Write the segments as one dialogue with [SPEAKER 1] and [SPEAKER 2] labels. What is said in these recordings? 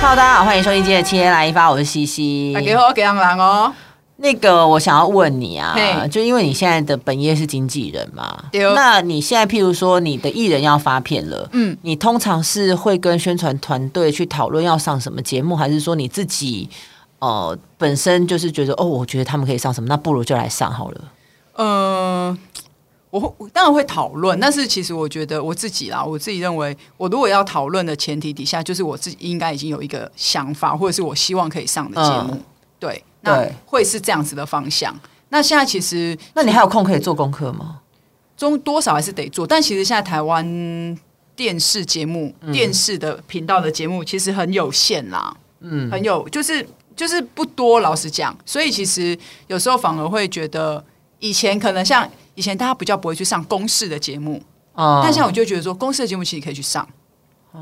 [SPEAKER 1] Hello，大家好，欢迎收听今天的《七天来一发》，我是西西
[SPEAKER 2] 大。家啊好，给人人哦，
[SPEAKER 1] 那个，我想要问你啊，
[SPEAKER 2] 嘿
[SPEAKER 1] 就因为你现在的本业是经纪人嘛，
[SPEAKER 2] 对哦
[SPEAKER 1] 那你现在譬如说你的艺人要发片了，
[SPEAKER 2] 嗯，
[SPEAKER 1] 你通常是会跟宣传团队去讨论要上什么节目，还是说你自己呃本身就是觉得哦，我觉得他们可以上什么，那不如就来上好了。
[SPEAKER 2] 嗯，我会我当然会讨论，但是其实我觉得我自己啦，我自己认为，我如果要讨论的前提底下，就是我自己应该已经有一个想法，或者是我希望可以上的节目，对，那
[SPEAKER 1] 对
[SPEAKER 2] 会是这样子的方向。那现在其实
[SPEAKER 1] 那你还有空可以做功课吗？
[SPEAKER 2] 中多少还是得做，但其实现在台湾电视节目、
[SPEAKER 1] 嗯
[SPEAKER 2] 电视的频道的节目其实很有限啦，嗯，很有就是就是不多，老实讲，所以其实有时候反而会觉得，以前可能像以前大家比较不会去上公式的节目，
[SPEAKER 1] 啊、
[SPEAKER 2] 嗯但现在我就觉得说，公式的节目其实可以去上。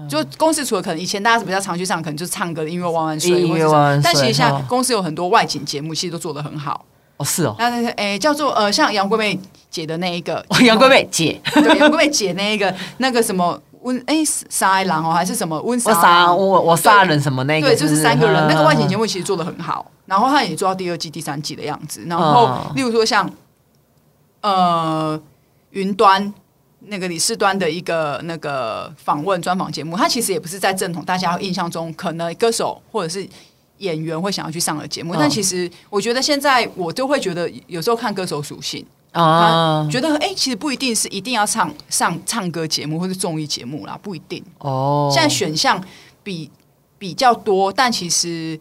[SPEAKER 2] 就公式除了可能以前大家比较常去上，可能就是唱歌、音乐、万万岁，
[SPEAKER 1] 音乐
[SPEAKER 2] 或者是
[SPEAKER 1] 万万岁
[SPEAKER 2] 但其实现在
[SPEAKER 1] 哈
[SPEAKER 2] 公司有很多外景节目，其实都做得很好。
[SPEAKER 1] 哦是哦，
[SPEAKER 2] 那那诶、叫做呃，像杨贵妹姐的那一个
[SPEAKER 1] 杨贵妹姐，
[SPEAKER 2] 对，杨贵妹姐那一个那个什么温哎杀一郎哦，还是什么温
[SPEAKER 1] 我
[SPEAKER 2] 杀
[SPEAKER 1] 杀我我杀人什么那个，
[SPEAKER 2] 对，就是三个人。那个外景节
[SPEAKER 1] 目，
[SPEAKER 2] 目其实做的很好，然后他也做到第二季、第三季的样子。然后，
[SPEAKER 1] 哦
[SPEAKER 2] 例如说像呃云端那个李世端的一个那个访问专访节目，他其实也不是在正统大家印象中可能歌手或者是。演员会想要去上的节目，
[SPEAKER 1] 嗯
[SPEAKER 2] 但其实我觉得现在我就会觉得有时候看歌手属性，
[SPEAKER 1] 啊，
[SPEAKER 2] 觉得哎、诶其实不一定是一定要唱上唱歌节目或是综艺节目啦，不一定。
[SPEAKER 1] 哦，
[SPEAKER 2] 现在选项比比较多，但其实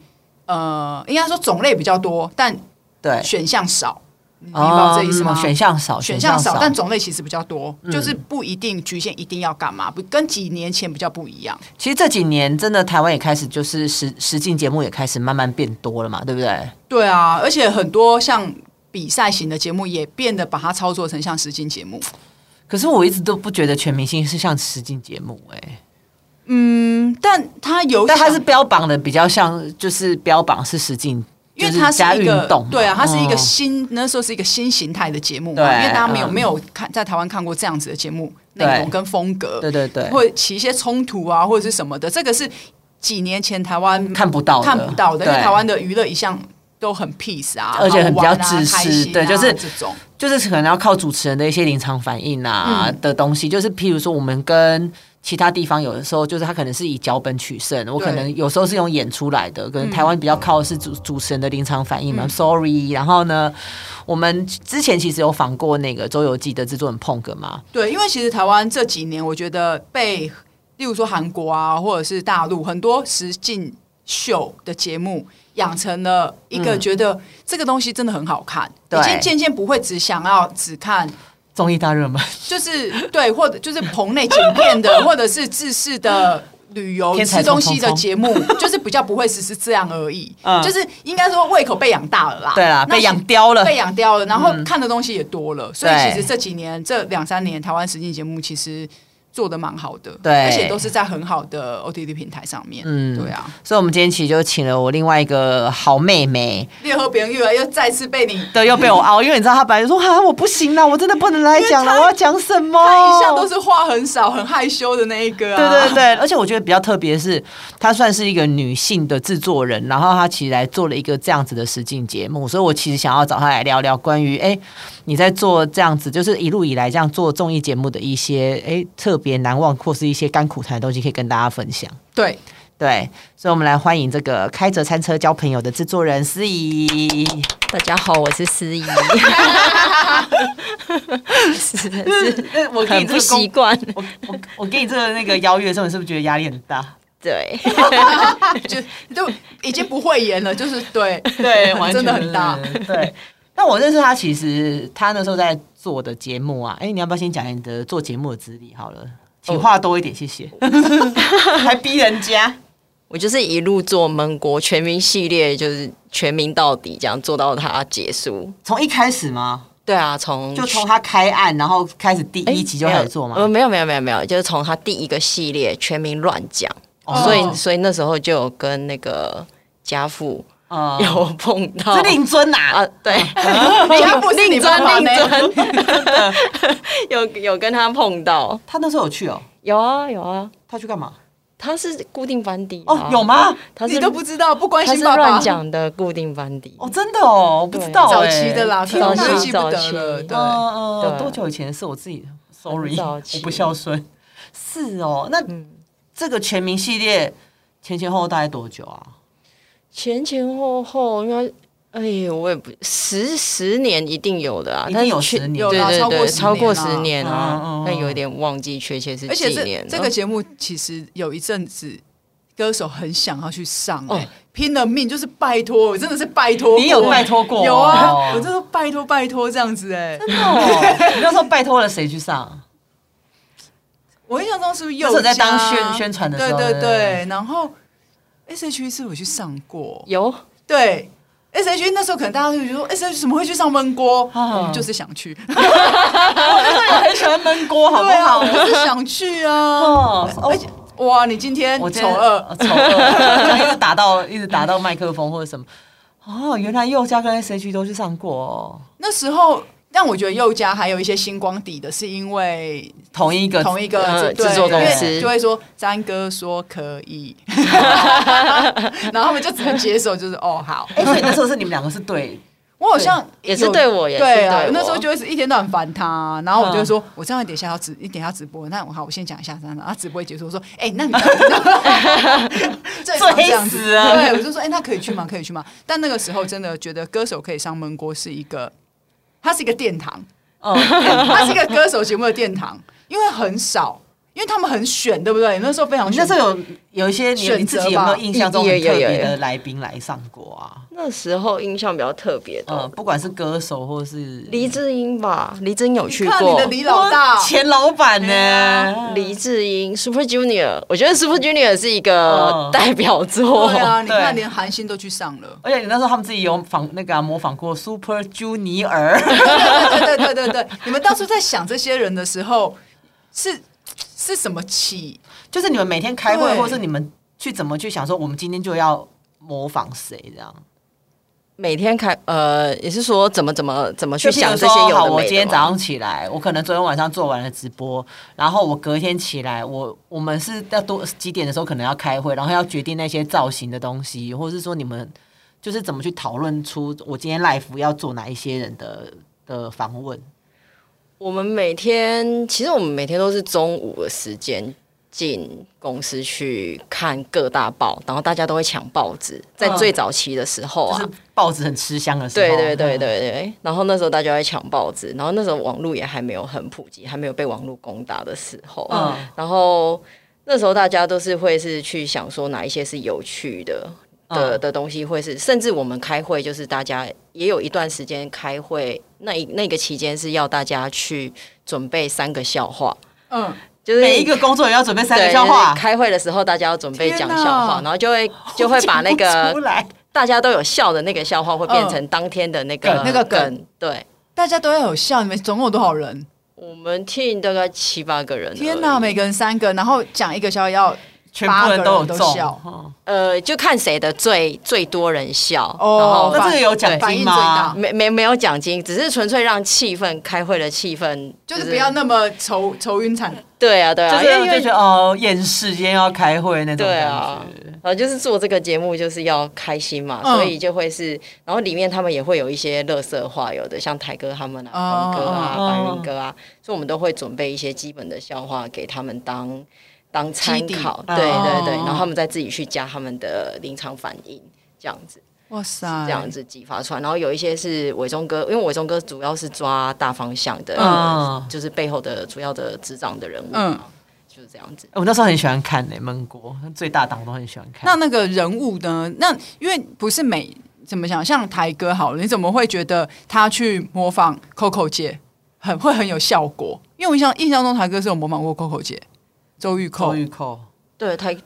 [SPEAKER 2] 呃，应该说种类比较多，但
[SPEAKER 1] 对，
[SPEAKER 2] 选项少。你明
[SPEAKER 1] 哦，
[SPEAKER 2] 白我这意思吗？
[SPEAKER 1] 嗯选项少，
[SPEAKER 2] 选项少，
[SPEAKER 1] 少，
[SPEAKER 2] 但种类其实比较多，就是不一定局限一定要干嘛，不跟几年前比较不一样。
[SPEAKER 1] 其实这几年真的台湾也开始就是实实境节目也开始慢慢变多了嘛，对不对？
[SPEAKER 2] 对啊，而且很多像比赛型的节目也变得把它操作成像实境节目。
[SPEAKER 1] 可是我一直都不觉得全明星是像实境节目哎、
[SPEAKER 2] 嗯，但它有
[SPEAKER 1] 但
[SPEAKER 2] 想，
[SPEAKER 1] 它是标榜的比较像，就是标榜是实境，
[SPEAKER 2] 因为
[SPEAKER 1] 就是
[SPEAKER 2] 它是
[SPEAKER 1] 加
[SPEAKER 2] 一
[SPEAKER 1] 运
[SPEAKER 2] 个
[SPEAKER 1] 动嘛，
[SPEAKER 2] 对啊，它是一个
[SPEAKER 1] 嗯
[SPEAKER 2] 新、那时候是一个新形态的节目嘛，
[SPEAKER 1] 对
[SPEAKER 2] 因为大家没有、
[SPEAKER 1] 嗯
[SPEAKER 2] 没有看在台湾看过这样子的节目内
[SPEAKER 1] 对
[SPEAKER 2] 容跟风格，
[SPEAKER 1] 对对对，
[SPEAKER 2] 或者起一些冲突啊或者是什么的，这个是几年前台湾
[SPEAKER 1] 看不到的，
[SPEAKER 2] 看不到的，因为
[SPEAKER 1] 对
[SPEAKER 2] 台湾的娱乐一向都很 peace 啊，
[SPEAKER 1] 而且很比较
[SPEAKER 2] 好玩啊
[SPEAKER 1] 自私
[SPEAKER 2] 开心啊
[SPEAKER 1] 对就是
[SPEAKER 2] 这种
[SPEAKER 1] 就是可能要靠主持人的一些临场反应啊、的东西，就是譬如说我们跟其他地方有的时候，就是他可能是以脚本取胜，我可能有时候是用演出来的，可能台湾比较靠的是主主持人的临场反应嘛、s o r r y 然后呢，我们之前其实有访过那个《周游记》的制作人 Pong 嘛，
[SPEAKER 2] 对，因为其实台湾这几年我觉得被，例如说韩国啊或者是大陆很多实境秀的节目。养成了一个觉得这个东西真的很好看，
[SPEAKER 1] 对
[SPEAKER 2] 已经渐渐不会只想要只看
[SPEAKER 1] 综艺大热门，
[SPEAKER 2] 就是对，或者就是棚内景 片的，或者是自式的。旅游
[SPEAKER 1] 天才
[SPEAKER 2] 吃东西
[SPEAKER 1] 冲冲
[SPEAKER 2] 的
[SPEAKER 1] 冲
[SPEAKER 2] 节目， 就是比较不会只是这样而已，
[SPEAKER 1] 嗯
[SPEAKER 2] 就是应该说胃口被养大了啦。
[SPEAKER 1] 对啦，
[SPEAKER 2] 那
[SPEAKER 1] 被养刁了，嗯
[SPEAKER 2] 被养刁了，然后看的东西也多了，所以
[SPEAKER 1] 对
[SPEAKER 2] 其实这几年这两三年台湾实境节目其实做的蛮好的，
[SPEAKER 1] 对
[SPEAKER 2] 而且都是在很好的 OTT 平台上面。
[SPEAKER 1] 嗯
[SPEAKER 2] 对啊，
[SPEAKER 1] 所以我们今天其实就请了我另外一个好妹妹，
[SPEAKER 2] 猎和别人又来又再次被你
[SPEAKER 1] 对，又被我熬，因为你知道她本来就说啊，我不行了，我真的不能来讲了，我要讲什么？
[SPEAKER 2] 他一向都是话很少、很害羞的那一个、啊。
[SPEAKER 1] 哦对对对，而且我觉得比较特别是，她算是一个女性的制作人，然后她其实来做了一个这样子的实境节目，所以我其实想要找她来聊聊关于哎、诶你在做这样子，就是一路以来这样做综艺节目的一些哎、诶特别难忘或是一些甘苦谈的东西，可以跟大家分享。
[SPEAKER 2] 对，
[SPEAKER 1] 对，所以我们来欢迎这个开着餐车交朋友的制作人司仪。
[SPEAKER 3] 大家好，我是思怡。 是是是，
[SPEAKER 1] 我
[SPEAKER 3] 很不习惯。
[SPEAKER 1] 我我我给你这个那个邀约的时候，你是不是觉得压力很大？
[SPEAKER 3] 对，
[SPEAKER 2] 就就已经不会演了，就是对
[SPEAKER 1] 完全
[SPEAKER 2] 真的很大。
[SPEAKER 1] 对，但我认识他，其实他那时候在做的节目啊，哎、你要不要先讲一下你的做节目的资历好了？请话多一点，谢谢。哦 还逼人家，
[SPEAKER 3] 我就是一路做盟国全民系列，就是全民到底，这样做到它结束。
[SPEAKER 1] 从一开始吗？
[SPEAKER 3] 对啊，从
[SPEAKER 1] 就从他开案，然后开始第
[SPEAKER 3] 哎
[SPEAKER 1] 一集就开始做吗？
[SPEAKER 3] 没有呃，没有没有没有没有，就是从他第一个系列全民乱讲，
[SPEAKER 1] 哦
[SPEAKER 3] 所以所以那时候就有跟那个家父
[SPEAKER 1] 哦
[SPEAKER 3] 有碰到
[SPEAKER 1] 是令尊呐、
[SPEAKER 3] 啊， 对，
[SPEAKER 2] 家父是你爸 爸呢
[SPEAKER 3] 令尊，令尊 有有跟他碰到，
[SPEAKER 1] 他那时候有去哦，
[SPEAKER 3] 有啊有啊，
[SPEAKER 1] 他去干嘛？
[SPEAKER 3] 他是固定班底啊
[SPEAKER 1] 哦，有？吗？
[SPEAKER 3] 他是
[SPEAKER 2] 你都不知道，不关
[SPEAKER 3] 他
[SPEAKER 2] 心
[SPEAKER 3] 是
[SPEAKER 2] 爸爸
[SPEAKER 3] 乱。讲的固定班底，
[SPEAKER 1] 哦，真的哦，我不知道
[SPEAKER 2] 早
[SPEAKER 1] 哎
[SPEAKER 2] 期的啦，可
[SPEAKER 1] 天
[SPEAKER 2] 能
[SPEAKER 1] 哪
[SPEAKER 2] 我们
[SPEAKER 3] 早
[SPEAKER 2] 都
[SPEAKER 3] 期
[SPEAKER 2] 记不得了。
[SPEAKER 3] 早期
[SPEAKER 2] 对，
[SPEAKER 1] 嗯嗯，
[SPEAKER 3] 对
[SPEAKER 1] 多久以前的事？我自己，sorry，
[SPEAKER 3] 很 早
[SPEAKER 1] 我
[SPEAKER 3] 期
[SPEAKER 1] 不孝顺。是哦，那这个全民系列前前后后大概多久啊？
[SPEAKER 3] 前前后后应该。哎呦，我也不十十年一定有的啊，
[SPEAKER 1] 一定
[SPEAKER 3] 但是
[SPEAKER 1] 有
[SPEAKER 3] 确
[SPEAKER 1] 十年
[SPEAKER 2] 有啦
[SPEAKER 3] 对对对，
[SPEAKER 2] 超
[SPEAKER 3] 超
[SPEAKER 2] 过
[SPEAKER 3] 过
[SPEAKER 2] 十
[SPEAKER 3] 十
[SPEAKER 2] 年
[SPEAKER 3] 年啊
[SPEAKER 1] 嗯嗯嗯，
[SPEAKER 3] 但有点忘记确切是
[SPEAKER 2] 而且
[SPEAKER 3] 几年啊
[SPEAKER 2] 这
[SPEAKER 3] 了。
[SPEAKER 2] 这个节目其实有一阵子，歌手很想要去上、
[SPEAKER 3] 哦
[SPEAKER 2] 哎拼了命，就是拜托，我真的是拜托过。
[SPEAKER 1] 你有拜托过
[SPEAKER 2] 有啊
[SPEAKER 1] 哦，
[SPEAKER 2] 我真的拜托拜托这样子哎、
[SPEAKER 1] 哦，你那时候拜托了谁去上？
[SPEAKER 2] 我印象中是不是
[SPEAKER 1] 那
[SPEAKER 2] 有
[SPEAKER 1] 时候在当宣宣传的时候
[SPEAKER 2] 对对
[SPEAKER 1] 对对
[SPEAKER 2] 对，然后 S H E 是我去上过，
[SPEAKER 3] 有
[SPEAKER 2] 对。S H E 那时候可能大家就觉得说哎 S H E 怎么会去上闷锅？
[SPEAKER 1] 啊
[SPEAKER 2] 我们就是想 去，
[SPEAKER 1] 我很喜欢焖锅，好不
[SPEAKER 2] 对啊，
[SPEAKER 1] 好
[SPEAKER 2] 我？就是想去啊。
[SPEAKER 1] 哦，而且
[SPEAKER 2] 哇，你今天
[SPEAKER 1] 我今
[SPEAKER 2] 丑
[SPEAKER 1] 天
[SPEAKER 2] 恶，
[SPEAKER 1] 呃丑恶， 一直打到一直打到麦克风或者什么。哦，原来佑嘉跟 S H 都去上过哦，
[SPEAKER 2] 那时候，但我觉得佑嘉还有一些星光底的，是因为
[SPEAKER 1] 同一个
[SPEAKER 2] 同一个
[SPEAKER 3] 呃
[SPEAKER 2] 对
[SPEAKER 3] 制作公
[SPEAKER 1] 司
[SPEAKER 2] 因为就会说詹哥说可 以， 然后他们就只能接受，就是哦好。
[SPEAKER 1] 哎，所以那时候是你们两个是对，
[SPEAKER 2] 我好像
[SPEAKER 3] 也是
[SPEAKER 2] 有
[SPEAKER 3] 对我也是
[SPEAKER 2] 对啊
[SPEAKER 3] 对，我嗯
[SPEAKER 2] 那时候就会是一天到晚烦他，然后我就会说，我这样等一下要直，你等一下直播，那我好，我先讲一下，然啊后直播一结束，我说，哎，那你 最常这
[SPEAKER 1] 追
[SPEAKER 2] 样子
[SPEAKER 1] 死啊
[SPEAKER 2] 对，我就说，哎，那可以去吗？可以去吗？但那个时候真的觉得歌手可以上闷锅是一个，它是一个殿堂，
[SPEAKER 3] 哦
[SPEAKER 1] 嗯，
[SPEAKER 2] 它是一个歌手节目的殿堂，因为很少，因为他们很选，对不对？那时候非常
[SPEAKER 1] 你
[SPEAKER 2] 选，
[SPEAKER 1] 那时候有有一些你
[SPEAKER 2] 选择
[SPEAKER 1] 你自己有没有
[SPEAKER 2] 吧
[SPEAKER 1] 印象中很
[SPEAKER 3] 有有
[SPEAKER 1] 特
[SPEAKER 3] 有
[SPEAKER 1] 别
[SPEAKER 3] 有
[SPEAKER 1] 的来宾来上过啊？
[SPEAKER 3] 那时候印象比较特别
[SPEAKER 2] 嗯
[SPEAKER 1] 呃，
[SPEAKER 3] 的，
[SPEAKER 1] 不管是歌手或是
[SPEAKER 3] 黎智英吧，黎智英有去
[SPEAKER 2] 你看你
[SPEAKER 3] 过
[SPEAKER 2] 的。李老大，
[SPEAKER 1] 前老板
[SPEAKER 2] 对
[SPEAKER 1] 呢
[SPEAKER 2] 啊？
[SPEAKER 3] 黎智英 Super Junior，我觉得 Super Junior 是一
[SPEAKER 1] 哦
[SPEAKER 3] 个代表作。
[SPEAKER 2] 嗯对啊，你看
[SPEAKER 1] 对
[SPEAKER 2] 连韩星都去上了。
[SPEAKER 1] 而且你那时候他们自己有仿那个啊、模仿过 Super Junior，
[SPEAKER 2] 对对对对对，对，你们当初在想这些人的时候，是是什么起？
[SPEAKER 1] 就是你们每天开会，
[SPEAKER 2] 对
[SPEAKER 1] 或是你们去怎么去想说，我们今天就要模仿谁这样？
[SPEAKER 3] 每天开呃，也是说怎么怎么怎么去
[SPEAKER 1] 就譬
[SPEAKER 3] 想
[SPEAKER 1] 如
[SPEAKER 3] 这
[SPEAKER 1] 说，
[SPEAKER 3] 些有的没的
[SPEAKER 1] 好，
[SPEAKER 3] 嘛
[SPEAKER 1] 我今天早上起来，我可能昨天晚上做完了直播，然后我隔天起来，我我们是要多几点的时候可能要开会，然后要决定那些造型的东西，或者是说你们就是怎么去讨论出我今天 live 要做哪一些人的的访问。
[SPEAKER 3] 我们每天其实我们每天都是中午的时间进公司去看各大报，然后大家都会抢报纸，在
[SPEAKER 1] 嗯
[SPEAKER 3] 最早期的时候
[SPEAKER 1] 就
[SPEAKER 3] 啊，
[SPEAKER 1] 是报纸很吃香的时候，
[SPEAKER 3] 对对对对
[SPEAKER 1] 嗯，
[SPEAKER 3] 对，然后那时候大家会抢报纸，然后那时候网络也还没有很普及，还没有被网络攻打的时候，
[SPEAKER 1] 嗯
[SPEAKER 3] 然后那时候大家都是会是去想说哪一些是有趣的
[SPEAKER 1] 嗯
[SPEAKER 3] 的、的东西，会是甚至我们开会就是大家也有一段时间开会，那一那个期间是要大家去准备三个笑话，
[SPEAKER 2] 嗯，
[SPEAKER 3] 就是
[SPEAKER 1] 每一个工作人员要准备三
[SPEAKER 3] 对
[SPEAKER 1] 个笑
[SPEAKER 3] 就
[SPEAKER 1] 话
[SPEAKER 3] 是，开会的时候大家要准备
[SPEAKER 2] 天
[SPEAKER 3] 讲
[SPEAKER 2] 哪
[SPEAKER 3] 笑话，然后就会就会把那
[SPEAKER 1] 讲不出
[SPEAKER 3] 个
[SPEAKER 1] 来，
[SPEAKER 3] 大家都有笑的那个笑话会变
[SPEAKER 2] 嗯
[SPEAKER 3] 成当天的那个、
[SPEAKER 1] 梗
[SPEAKER 2] 那个梗，
[SPEAKER 3] 对。
[SPEAKER 2] 大家都要有笑，你们总共有多少人？
[SPEAKER 3] 我们 team 大概七八个人而已，
[SPEAKER 2] 天哪，每个人三个，然后讲一个笑要
[SPEAKER 1] 全部人都有中
[SPEAKER 2] 八个人都笑。
[SPEAKER 1] 嗯
[SPEAKER 3] 呃，就看谁的最最多人笑，
[SPEAKER 2] 哦
[SPEAKER 3] 然
[SPEAKER 1] 那
[SPEAKER 3] 后
[SPEAKER 1] 这个有奖
[SPEAKER 2] 反应
[SPEAKER 1] 金
[SPEAKER 2] 最
[SPEAKER 1] 吗
[SPEAKER 2] 大？
[SPEAKER 3] 没没没有奖金，只是纯粹让气氛开会的气氛，
[SPEAKER 2] 就是不要那么愁愁晕惨。
[SPEAKER 3] 对啊对
[SPEAKER 1] 就
[SPEAKER 3] 啊，
[SPEAKER 1] 是
[SPEAKER 3] 因为因
[SPEAKER 1] 就
[SPEAKER 3] 为
[SPEAKER 1] 觉得哦，厌世今天要开会那种
[SPEAKER 3] 对
[SPEAKER 1] 感
[SPEAKER 3] 啊
[SPEAKER 1] 觉。，
[SPEAKER 3] 然后就是做这个节目就是要开心嘛，
[SPEAKER 2] 嗯
[SPEAKER 3] 所以就会是，然后里面他们也会有一些乐色话，有的像台哥他们啊、
[SPEAKER 2] 哦
[SPEAKER 3] 红哥啊、
[SPEAKER 1] 哦
[SPEAKER 3] 白
[SPEAKER 1] 哦
[SPEAKER 3] 云哥啊，所以我们都会准备一些基本的笑话给他们当当参
[SPEAKER 2] 基底
[SPEAKER 3] 考，
[SPEAKER 1] 哦
[SPEAKER 3] 对对对，
[SPEAKER 1] 哦
[SPEAKER 3] 然后他们再自己去加他们的临场反应，这样子
[SPEAKER 2] 哇塞，
[SPEAKER 3] 这样子激发出来，然后有一些是伟忠哥，因为伟忠哥主要是抓大方向的，
[SPEAKER 1] 嗯
[SPEAKER 3] 就是背后的主要的执掌的人物，
[SPEAKER 2] 嗯
[SPEAKER 3] 就是这样子。
[SPEAKER 1] 我那时候很喜欢看诶、焖锅最大档我都很喜欢看。
[SPEAKER 2] 那那个人物呢？那因为不是每怎么讲，像台哥好了，你怎么会觉得他去模仿 Coco 姐很会很有效果？因为我印象印象中台哥是有模仿过 Coco 姐，周玉蔻
[SPEAKER 1] 周
[SPEAKER 3] 哦
[SPEAKER 1] 玉蔻，
[SPEAKER 3] 对台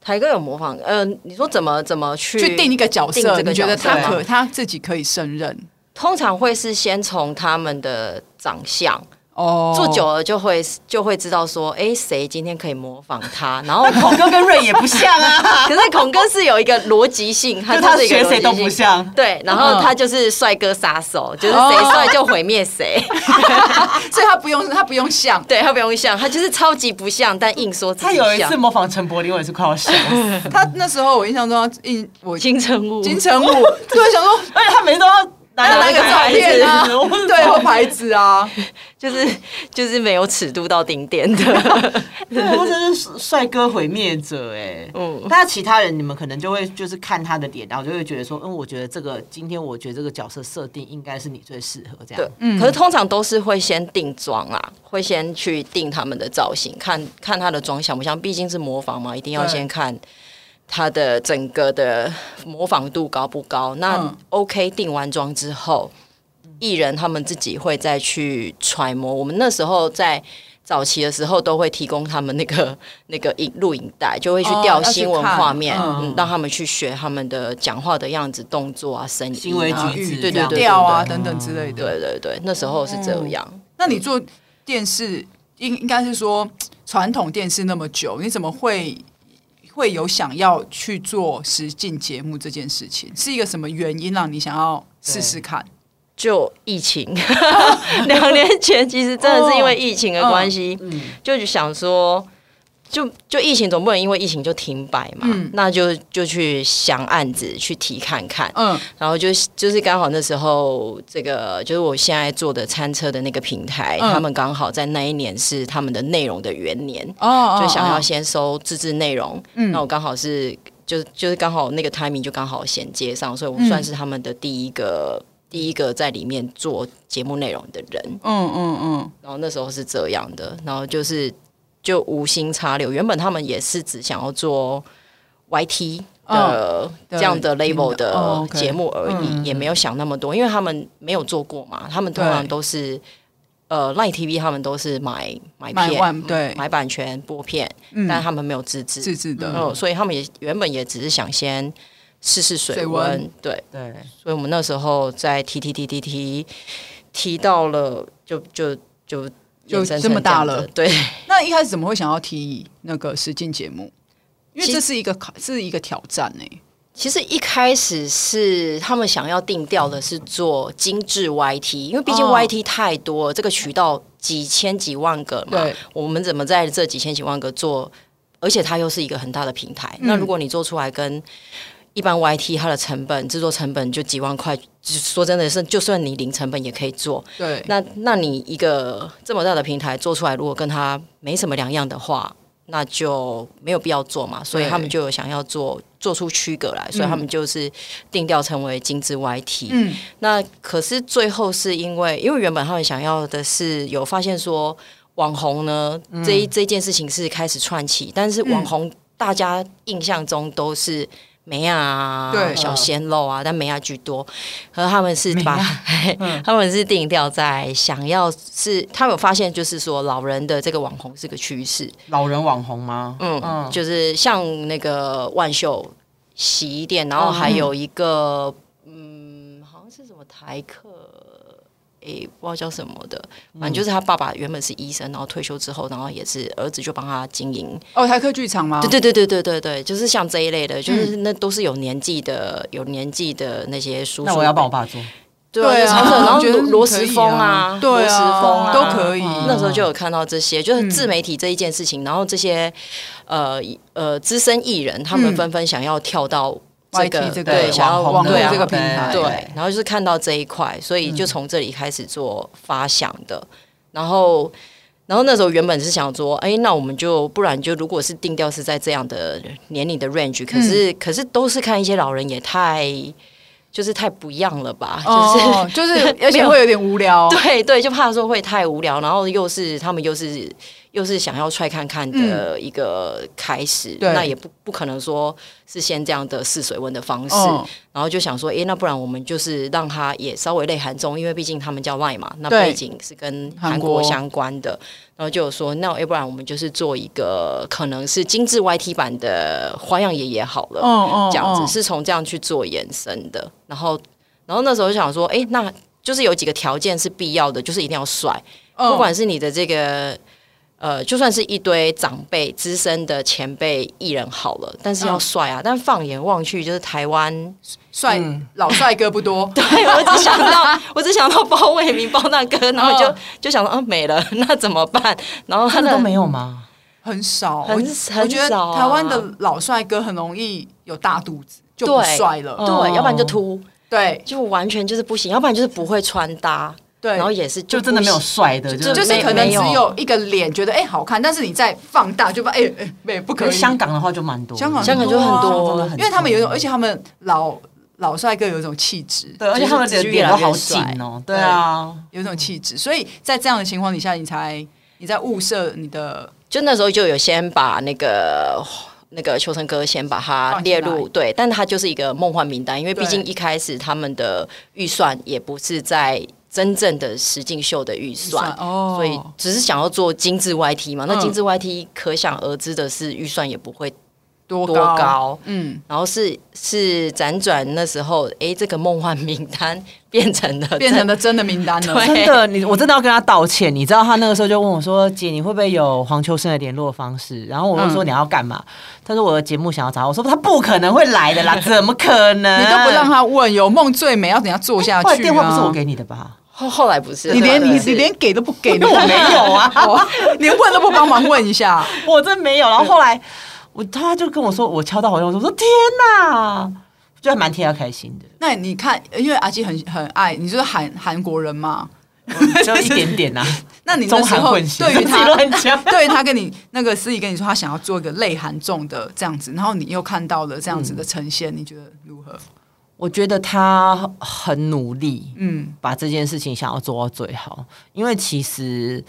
[SPEAKER 3] 台哥有模仿，呃，你说怎么怎么去
[SPEAKER 2] 去定一个角色，
[SPEAKER 3] 定这个
[SPEAKER 2] 你觉得
[SPEAKER 3] 角色
[SPEAKER 2] 他可
[SPEAKER 1] 对
[SPEAKER 2] 他自己可以胜任？
[SPEAKER 3] 通常会是先从他们的长相，
[SPEAKER 2] 哦，
[SPEAKER 3] 做久了就会就会知道说，哎，谁今天可以模仿他， 然后
[SPEAKER 1] 那孔哥跟瑞也不像 啊，
[SPEAKER 3] 可是孔哥是有一个逻辑性，他
[SPEAKER 1] 就
[SPEAKER 3] 就
[SPEAKER 1] 他
[SPEAKER 3] 是一个
[SPEAKER 1] 学谁都
[SPEAKER 3] 逻辑性
[SPEAKER 1] 不。像，嗯哦
[SPEAKER 3] 对，然后他就是帅哥杀手，就是谁帅就毁灭谁。
[SPEAKER 2] 所以他不用他不用像，
[SPEAKER 3] 对他不用像，他就是超级不像，但硬说自
[SPEAKER 1] 他
[SPEAKER 3] 己
[SPEAKER 1] 有一次
[SPEAKER 3] 像。
[SPEAKER 1] 模仿陈柏霖，我也是快要笑死。
[SPEAKER 2] 他那时候我印象中他印我
[SPEAKER 3] 金城武，
[SPEAKER 2] 金 城武，对，想说
[SPEAKER 1] 而且他每次都要拿
[SPEAKER 2] 要拿
[SPEAKER 1] 那
[SPEAKER 2] 个照片啊，对，或牌子啊，
[SPEAKER 3] 就是就是没有尺度到顶点的。
[SPEAKER 1] 对，或者是帅哥毁灭者哎、嗯
[SPEAKER 3] 嗯，
[SPEAKER 1] 但其他人你们可能就会就是看他的脸，然后就会觉得说，嗯，我觉得这个今天我觉得这个角色设定应该是你最适合这样
[SPEAKER 3] 对。，
[SPEAKER 2] 嗯
[SPEAKER 3] 可是通常都是会先定妆啊，会先去定他们的造型，看看他的妆像不像，毕竟是模仿嘛，一定要
[SPEAKER 2] 对
[SPEAKER 3] 先看他的整个的模仿度高不高。那
[SPEAKER 2] 嗯
[SPEAKER 3] OK，定完妆之后，艺人他们自己会再去揣摩。我们那时候在。早期的时候都会提供他们那个 那个影录影带，就会去
[SPEAKER 2] 哦
[SPEAKER 3] 调
[SPEAKER 2] 要去
[SPEAKER 3] 新闻
[SPEAKER 2] 看
[SPEAKER 3] 画面，
[SPEAKER 2] 嗯
[SPEAKER 3] 嗯，让他们去学他们的讲话的样子、动作啊、声音、啊、
[SPEAKER 1] 行为
[SPEAKER 2] 啊
[SPEAKER 1] 举止
[SPEAKER 2] 语
[SPEAKER 3] 对对对对
[SPEAKER 2] 调啊
[SPEAKER 3] 对
[SPEAKER 2] 等等之类的。
[SPEAKER 3] 对对对，那时候是这样。
[SPEAKER 2] 那你做电视应应该是说传统电视那么久，你怎么会会有想要去做实境节目这件事情？是一个什么原因让你想要试试看？
[SPEAKER 3] 就疫情， 两年前其实真的是因为疫情的关
[SPEAKER 2] 哦
[SPEAKER 3] 系，
[SPEAKER 2] 嗯
[SPEAKER 3] 就想说，就就疫情总不能因为疫情就停摆嘛，
[SPEAKER 2] 嗯
[SPEAKER 3] 那就就去想案子去提看看，
[SPEAKER 2] 嗯
[SPEAKER 3] 然后就就是刚好那时候这个就是我现在做的餐车的那个平台，
[SPEAKER 2] 嗯
[SPEAKER 3] 他们刚好在那一年是他们的内容的元年，
[SPEAKER 2] 哦，
[SPEAKER 3] 就想要
[SPEAKER 2] 哦
[SPEAKER 3] 先收自制内容，
[SPEAKER 2] 嗯
[SPEAKER 3] 那我刚好是就就是刚好那个 timing 就刚好衔接上，所以我
[SPEAKER 2] 嗯
[SPEAKER 3] 算是他们的第一个、第一个在里面做节目内容的人。
[SPEAKER 2] 嗯嗯嗯
[SPEAKER 3] 然后那时候是这样的，然后就是就无心插柳，原本他们也是只想要做 YT 的、
[SPEAKER 2] 的
[SPEAKER 3] 这样的 level
[SPEAKER 2] 哦
[SPEAKER 3] 的
[SPEAKER 2] ，OK 嗯
[SPEAKER 3] 节目而已，也没有想那么多，因为他们没有做过嘛，他们通常
[SPEAKER 2] 对
[SPEAKER 3] 都是。呃，Line TV 他们都是买买
[SPEAKER 2] 买
[SPEAKER 3] 片，
[SPEAKER 2] 万对
[SPEAKER 3] 买版权播片，
[SPEAKER 2] 嗯，
[SPEAKER 3] 但他们没有自制，
[SPEAKER 2] 自制的，
[SPEAKER 3] 嗯，所以他们也原本也只是想先试试水
[SPEAKER 2] 水
[SPEAKER 3] 温，
[SPEAKER 2] 温
[SPEAKER 3] 对，
[SPEAKER 1] 对，
[SPEAKER 3] 所以我们那时候在提提提提提提到了，就就就
[SPEAKER 2] 就
[SPEAKER 3] 衍生成
[SPEAKER 2] 这么大
[SPEAKER 3] 样子
[SPEAKER 2] 了
[SPEAKER 3] 对，
[SPEAKER 2] 那一开始怎么会想要提那个实境节目？因为
[SPEAKER 3] 其
[SPEAKER 2] 这是一个考，是一个挑战欸呢、
[SPEAKER 3] 其实一开始是他们想要定调的是做精致 YT，因为毕竟
[SPEAKER 2] 哦
[SPEAKER 3] YT 太多，这个渠道几千几万个嘛
[SPEAKER 2] 对，
[SPEAKER 3] 我们怎么在这几千几万个做？而且它又是一个很大的平台，
[SPEAKER 2] 嗯
[SPEAKER 3] 那如果你做出来跟一般 YT 它的成本制作成本就几万块，就说真的是，就算你零成本也可以做。
[SPEAKER 2] 对，
[SPEAKER 3] 那那你一个这么大的平台做出来，如果跟它没什么两样的话，那就没有必要做嘛。所以他们就有想要做做出区隔来，所以他们就是定调成为精致 YT。
[SPEAKER 2] 嗯，
[SPEAKER 3] 那可是最后是因为，因为原本他们想要的是有发现说网红呢，这一这件事情是开始串起，但是网红大家印象中都是。美亚啊，
[SPEAKER 2] 对
[SPEAKER 3] 小鲜肉啊，但美亚居多。和他们是把， 他们是定调在想要是，他们有发现就是说老人的这个网红是个趋势，
[SPEAKER 1] 老人网红吗？
[SPEAKER 3] 嗯，
[SPEAKER 1] 嗯
[SPEAKER 3] 就是像那个万秀洗衣店，然后还有一个，嗯，好像是什么台客，诶、不知道叫什么的，反正就是他爸爸原本是医生，然后退休之后，然后也是儿子就帮他经营，
[SPEAKER 2] 哦，台客剧场吗？
[SPEAKER 3] 对对对对对对对，就是像这一类的，就是
[SPEAKER 2] 嗯
[SPEAKER 3] 那都是有年纪的，有年纪的那些叔叔，
[SPEAKER 1] 那我要帮我爸做。
[SPEAKER 3] 对啊，
[SPEAKER 2] 对
[SPEAKER 3] 就
[SPEAKER 2] 啊
[SPEAKER 3] 长者然后
[SPEAKER 2] 我觉得
[SPEAKER 3] 罗罗
[SPEAKER 2] 可
[SPEAKER 3] 时
[SPEAKER 2] 以
[SPEAKER 3] 峰
[SPEAKER 2] 啊
[SPEAKER 3] 啊，
[SPEAKER 2] 对啊
[SPEAKER 3] 罗时峰啊，
[SPEAKER 2] 都可以
[SPEAKER 3] 嗯那时候就有看到这些，
[SPEAKER 2] 嗯
[SPEAKER 3] 就是自媒体这一件事情，然后这些呃呃资深艺人，他们
[SPEAKER 2] 嗯
[SPEAKER 3] 纷纷想要跳到这
[SPEAKER 2] YT
[SPEAKER 3] 个
[SPEAKER 2] 这个
[SPEAKER 3] 对，想要
[SPEAKER 2] 网
[SPEAKER 1] 红
[SPEAKER 2] 络
[SPEAKER 3] 对啊
[SPEAKER 2] 这个平台
[SPEAKER 3] 对，然后就是看到这一块，所以就从这里开始做发想的。然后，然后那时候原本是想说，哎，那我们就不然就如果是定调是在这样的年龄的 range，可是、
[SPEAKER 2] 嗯
[SPEAKER 3] 可是都是看一些老人也太。就是太不一样了吧，就是、
[SPEAKER 2] 哦，就是， 而且会有点无聊。
[SPEAKER 3] 对对，就怕说会太无聊，然后又是他们又是又是想要踹看看的一个开始，
[SPEAKER 2] 嗯对
[SPEAKER 3] 那也不不可能说是先这样的试水温的方式，
[SPEAKER 2] 嗯，
[SPEAKER 3] 然后就想说，诶，那不然我们就是让他也稍微内涵中，因为毕竟他们叫 Line 嘛，那
[SPEAKER 2] 对
[SPEAKER 3] 背景是跟韩
[SPEAKER 2] 韩国
[SPEAKER 3] 国相关的，然后就有说，那要不然我们就是做一个可能是精致 YT 版的花样爷爷好了，
[SPEAKER 2] 嗯
[SPEAKER 1] 哦
[SPEAKER 2] 嗯，
[SPEAKER 3] 这样子
[SPEAKER 2] 嗯
[SPEAKER 3] 是从这样去做延伸的。然后，然后那时候就想说，哎、那就是有几个条件是必要的，就是一定要帅，
[SPEAKER 1] 哦
[SPEAKER 2] 嗯
[SPEAKER 3] 不管是你的这个。呃，就算是一堆长辈、资深的前辈艺人好了，但是要
[SPEAKER 2] 嗯
[SPEAKER 3] 帅啊！但放眼望去，就是台湾，
[SPEAKER 2] 帅、老帅哥不多，对
[SPEAKER 3] 嗯对我只 想到，我只想到包卫民、包大哥，然后就、就想到啊没了， 那怎么办？然后
[SPEAKER 1] 哦
[SPEAKER 3] 他
[SPEAKER 1] 他们
[SPEAKER 3] 的
[SPEAKER 1] 都没有吗？
[SPEAKER 2] 很少。
[SPEAKER 3] 很
[SPEAKER 2] 我我
[SPEAKER 3] 很
[SPEAKER 2] 觉得
[SPEAKER 3] 少啊
[SPEAKER 2] 台湾的老帅哥很容易有大肚子，就不
[SPEAKER 3] 对
[SPEAKER 2] 帅了。
[SPEAKER 1] 嗯
[SPEAKER 3] 对，要不然就秃，
[SPEAKER 2] 对
[SPEAKER 3] 就完全就是不行；要不然就是不会穿搭，
[SPEAKER 2] 对，
[SPEAKER 3] 然后也是
[SPEAKER 1] 就
[SPEAKER 3] 不
[SPEAKER 1] 真的没有
[SPEAKER 3] 行
[SPEAKER 1] 帅的，
[SPEAKER 3] 就
[SPEAKER 2] 就是
[SPEAKER 1] 没
[SPEAKER 2] 可能
[SPEAKER 1] 没
[SPEAKER 2] 只有一个脸觉得哎、好看，但是你再放大就把哎哎哎不可
[SPEAKER 1] 可
[SPEAKER 2] 以。
[SPEAKER 1] 是香港的话就蛮多的，啊
[SPEAKER 2] 香港啊
[SPEAKER 3] 香港就很多
[SPEAKER 1] 香港真的很
[SPEAKER 2] 因为他们有一种，而且他们老老帅哥有一种气质，
[SPEAKER 1] 对，而且他们的
[SPEAKER 3] 就是
[SPEAKER 1] 脸都好紧
[SPEAKER 3] 越来越
[SPEAKER 1] 哦，对啊，
[SPEAKER 2] 有一种气质，所以在这样的情况底下，你才你在物色你的
[SPEAKER 3] 就那时候就有先把那个那个秋生哥先把它列
[SPEAKER 2] 放进
[SPEAKER 3] 入
[SPEAKER 2] 来
[SPEAKER 3] 对，但他就是一个梦幻名单，因为毕
[SPEAKER 2] 对
[SPEAKER 3] 竟一开始他们的预算也不是在真正的实境秀的预算。
[SPEAKER 2] 哦，
[SPEAKER 3] 所以只是想要做精致 YT 嘛，那
[SPEAKER 2] 嗯
[SPEAKER 3] 精致 YT 可想而知的是预算也不会
[SPEAKER 2] 多
[SPEAKER 3] 多
[SPEAKER 2] 高
[SPEAKER 3] 高
[SPEAKER 2] 嗯，
[SPEAKER 3] 然后是是辗转那时候，诶，这个梦幻名单 变成了
[SPEAKER 2] 变成了真的名单了。
[SPEAKER 3] 对
[SPEAKER 1] 真的，你我真的要跟他道歉。你知道他那个时候就问我说：“姐，你会不会有黄秋生的联络方式？”然后我就说：“
[SPEAKER 2] 嗯
[SPEAKER 1] 你要干嘛？”他说：“我的节目想要找他。”我说：“他不可能会来的 啦，怎么可能？
[SPEAKER 2] 你都不让他问，有梦最美，要等下做下去、
[SPEAKER 1] 后
[SPEAKER 2] 啊。
[SPEAKER 1] 来电话不是哎我，给你的吧？
[SPEAKER 3] 后后来不是
[SPEAKER 2] 你连
[SPEAKER 3] 对
[SPEAKER 2] 你
[SPEAKER 3] 是
[SPEAKER 2] 你连给都不给，
[SPEAKER 1] 因为我没有啊
[SPEAKER 2] 哦，连问都不帮忙问一下。
[SPEAKER 1] 我真没有。然后后来我他就跟我说，我敲到好像我说天哪，就还蛮替他开心的，
[SPEAKER 2] 那你看，因为阿基很很爱，你就是韩韩国人嘛，
[SPEAKER 1] 就一点点啊，
[SPEAKER 2] 那 你那
[SPEAKER 1] 中
[SPEAKER 2] 时
[SPEAKER 1] 韩
[SPEAKER 2] 候
[SPEAKER 1] 混血，
[SPEAKER 2] 对于
[SPEAKER 1] 自己
[SPEAKER 2] 他，
[SPEAKER 1] 乱讲。
[SPEAKER 2] 对于他跟你那个司仪跟你说他想要做一个类韩重的这样子，然后你又看到了这样子的呈现，你觉得如何？
[SPEAKER 1] 我觉得他很努力，
[SPEAKER 2] 嗯
[SPEAKER 1] 把这件事情想要做到最好，因为其实，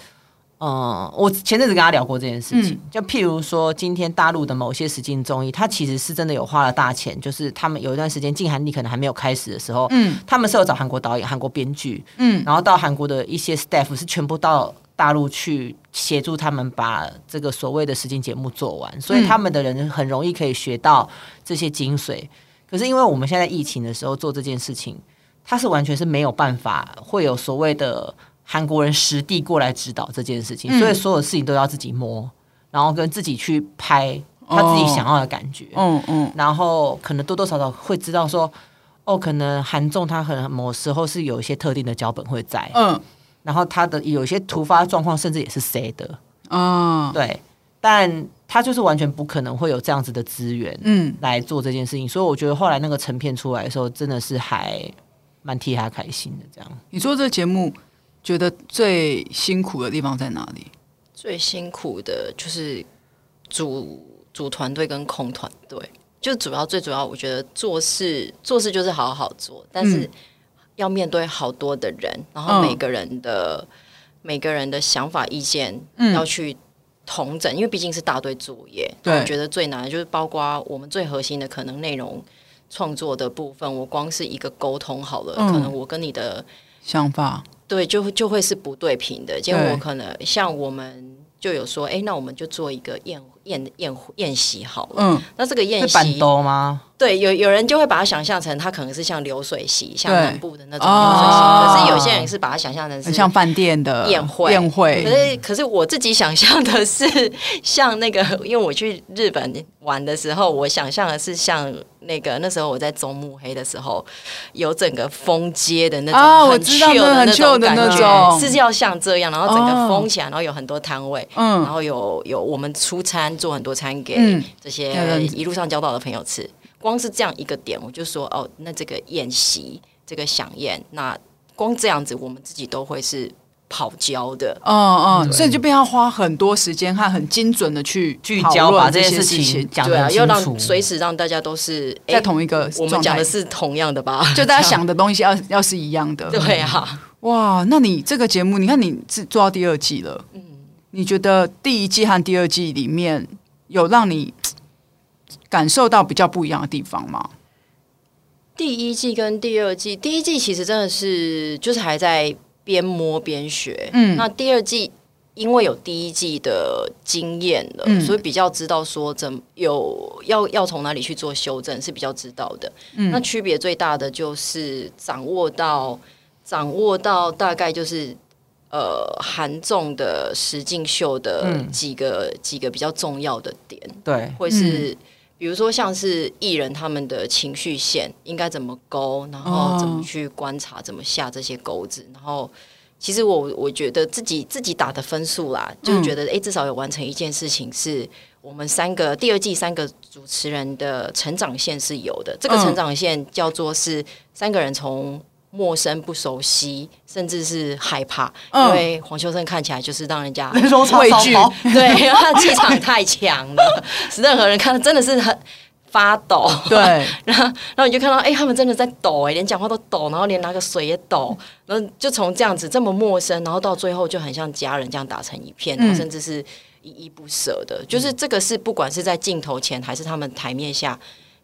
[SPEAKER 1] 嗯、我前阵子跟他聊过这件事情，就譬如说，今天大陆的某些实境综艺，它其实是真的有花了大钱，就是他们有一段时间禁韩力可能还没有开始的时候，
[SPEAKER 2] 嗯
[SPEAKER 1] 他们是有找韩国导演、韩国编剧，
[SPEAKER 2] 嗯，
[SPEAKER 1] 然后到韩国的一些 staff 是全部到大陆去协助他们把这个所谓的实境节目做完，所以他们的人很容易可以学到这些精髓。可是因为我们现在疫情的时候做这件事情，它是完全是没有办法会有所谓的韩国人实地过来指导这件事情，所以所有事情都要自己摸，然后跟自己去拍他自己想要的感觉。
[SPEAKER 2] 嗯嗯
[SPEAKER 1] 然后可能多多少少会知道说，哦，可能韩综它可能某时候是有一些特定的脚本会在，
[SPEAKER 2] 嗯
[SPEAKER 1] 然后它的有一些突发状况甚至也是谁的，
[SPEAKER 2] 嗯
[SPEAKER 1] 对，但它就是完全不可能会有这样子的资源
[SPEAKER 2] 嗯，
[SPEAKER 1] 来做这件事情，所以我觉得后来那个成片出来的时候，真的是还蛮替他开心的，这样
[SPEAKER 2] 你做这个节目觉得最辛苦的地方在哪里？
[SPEAKER 3] 最辛苦的就是组组团队跟控团队，就主要最主要，我觉得做事做事就是好好做，但是要面对好多的人，然后
[SPEAKER 2] 嗯
[SPEAKER 3] 每个人的、每个人的想法意见
[SPEAKER 2] 嗯
[SPEAKER 3] 要去统整，因为毕竟是大队作业。
[SPEAKER 2] 对
[SPEAKER 3] 那我觉得最难的就是包括我们最核心的可能内容。创作的部分，我光是一个沟通好了，
[SPEAKER 2] 嗯
[SPEAKER 3] 可能我跟你的
[SPEAKER 2] 想法，
[SPEAKER 3] 对，就会就会是不对平的。结果
[SPEAKER 2] 对
[SPEAKER 3] 我可能像我们就有说，哎，那我们就做一个宴宴宴宴席好了。
[SPEAKER 2] 嗯
[SPEAKER 3] 那这个宴
[SPEAKER 1] 是板
[SPEAKER 3] 席，
[SPEAKER 1] 兜吗？
[SPEAKER 3] 对，有有人就会把它想象成它可能是像流水席，像
[SPEAKER 2] 对
[SPEAKER 3] 南部的那种流水席。
[SPEAKER 2] 哦
[SPEAKER 3] 可是有些人是把它想象成
[SPEAKER 2] 很
[SPEAKER 3] 是
[SPEAKER 2] 像饭店的
[SPEAKER 3] 宴会
[SPEAKER 2] 宴会
[SPEAKER 3] 可是，可是我自己想象的是 像那个，因为我去日本玩的时候，我想象的是像那个那时候我在中目黑的时候，有整个风街的那种
[SPEAKER 2] 啊我
[SPEAKER 3] 很
[SPEAKER 2] 知道
[SPEAKER 3] chill
[SPEAKER 2] 那
[SPEAKER 3] 的
[SPEAKER 2] 很 chill 的
[SPEAKER 3] 感
[SPEAKER 2] 那
[SPEAKER 3] 觉
[SPEAKER 2] 种
[SPEAKER 3] 是要像这样，然后整
[SPEAKER 2] 哦
[SPEAKER 3] 个封起来，然后有很多摊位，然
[SPEAKER 2] 嗯，
[SPEAKER 3] 后有有我们出餐做很多餐给
[SPEAKER 2] 嗯要这
[SPEAKER 3] 这些
[SPEAKER 2] 样子
[SPEAKER 3] 一路上交到的朋友吃。光是这样一个点，我就说哦，那这个宴席，这个飨宴，那光这样子，我们自己都会是跑焦的。
[SPEAKER 2] 哦哦，所以就被他花很多时间和很精准的去
[SPEAKER 1] 聚
[SPEAKER 2] 讨
[SPEAKER 1] 焦
[SPEAKER 2] 论
[SPEAKER 1] 把
[SPEAKER 2] 这
[SPEAKER 1] 这件
[SPEAKER 2] 些
[SPEAKER 1] 事
[SPEAKER 2] 情
[SPEAKER 1] 情，讲
[SPEAKER 3] 对
[SPEAKER 1] 得
[SPEAKER 3] 啊，
[SPEAKER 1] 很
[SPEAKER 3] 要
[SPEAKER 1] 清
[SPEAKER 3] 让随
[SPEAKER 1] 楚。
[SPEAKER 3] 时让大家都是
[SPEAKER 2] 在
[SPEAKER 3] 诶
[SPEAKER 2] 同一个
[SPEAKER 3] 我
[SPEAKER 2] 状
[SPEAKER 3] 们
[SPEAKER 2] 态
[SPEAKER 3] 讲的是同样的吧？
[SPEAKER 2] 就大家 想的东西要要是一样的，
[SPEAKER 3] 对啊，
[SPEAKER 2] 哇，那你这个节目，你看你是做到第二季了，你觉得第一季和第二季里面有让你嘖感受到比较不一样的地方吗？
[SPEAKER 3] 第一季跟第二季，第一季其实真的是就是还在边摸边学，
[SPEAKER 2] 嗯
[SPEAKER 3] 那第二季因为有第一季的经验了，
[SPEAKER 2] 嗯
[SPEAKER 3] 所以比较知道说怎么有要要从哪里去做修正是比较知道的。
[SPEAKER 2] 嗯
[SPEAKER 3] 那区别最大的就是掌握到掌握到大概就是。呃韩综的实境秀的
[SPEAKER 1] 嗯
[SPEAKER 3] 几个、几个比较重要的点，
[SPEAKER 1] 对，
[SPEAKER 3] 或是、
[SPEAKER 2] 嗯
[SPEAKER 3] 比如说像是艺人他们的情绪线应该怎么勾，然
[SPEAKER 2] 哦
[SPEAKER 3] 后怎么去观察，怎么下这些钩子，然后。其实我我觉得自己自己打的分数啦，
[SPEAKER 2] 嗯
[SPEAKER 3] 就是觉得诶，至少有完成一件事情，是我们三个第二季三个主持人的成长线是有的。这个
[SPEAKER 2] 嗯
[SPEAKER 3] 成长线叫做是三个人从陌生、不熟悉，甚至是害怕，
[SPEAKER 2] 嗯
[SPEAKER 3] 因为黄秋生看起来就是让人家
[SPEAKER 1] 说
[SPEAKER 2] 畏惧
[SPEAKER 3] 对，因为他气场太强了，使任何人看到真的是很发抖。
[SPEAKER 2] 对，
[SPEAKER 3] 然后，然后你就看到，哎、他们真的在抖、哎，连讲话都抖，然后连拿个水也抖，然后就从这样子这么陌生，然后到最后就很像家人这样打成一片，
[SPEAKER 2] 嗯
[SPEAKER 3] 然后甚至是依依不舍的。就是这个是不管是在镜头前还是他们台面下，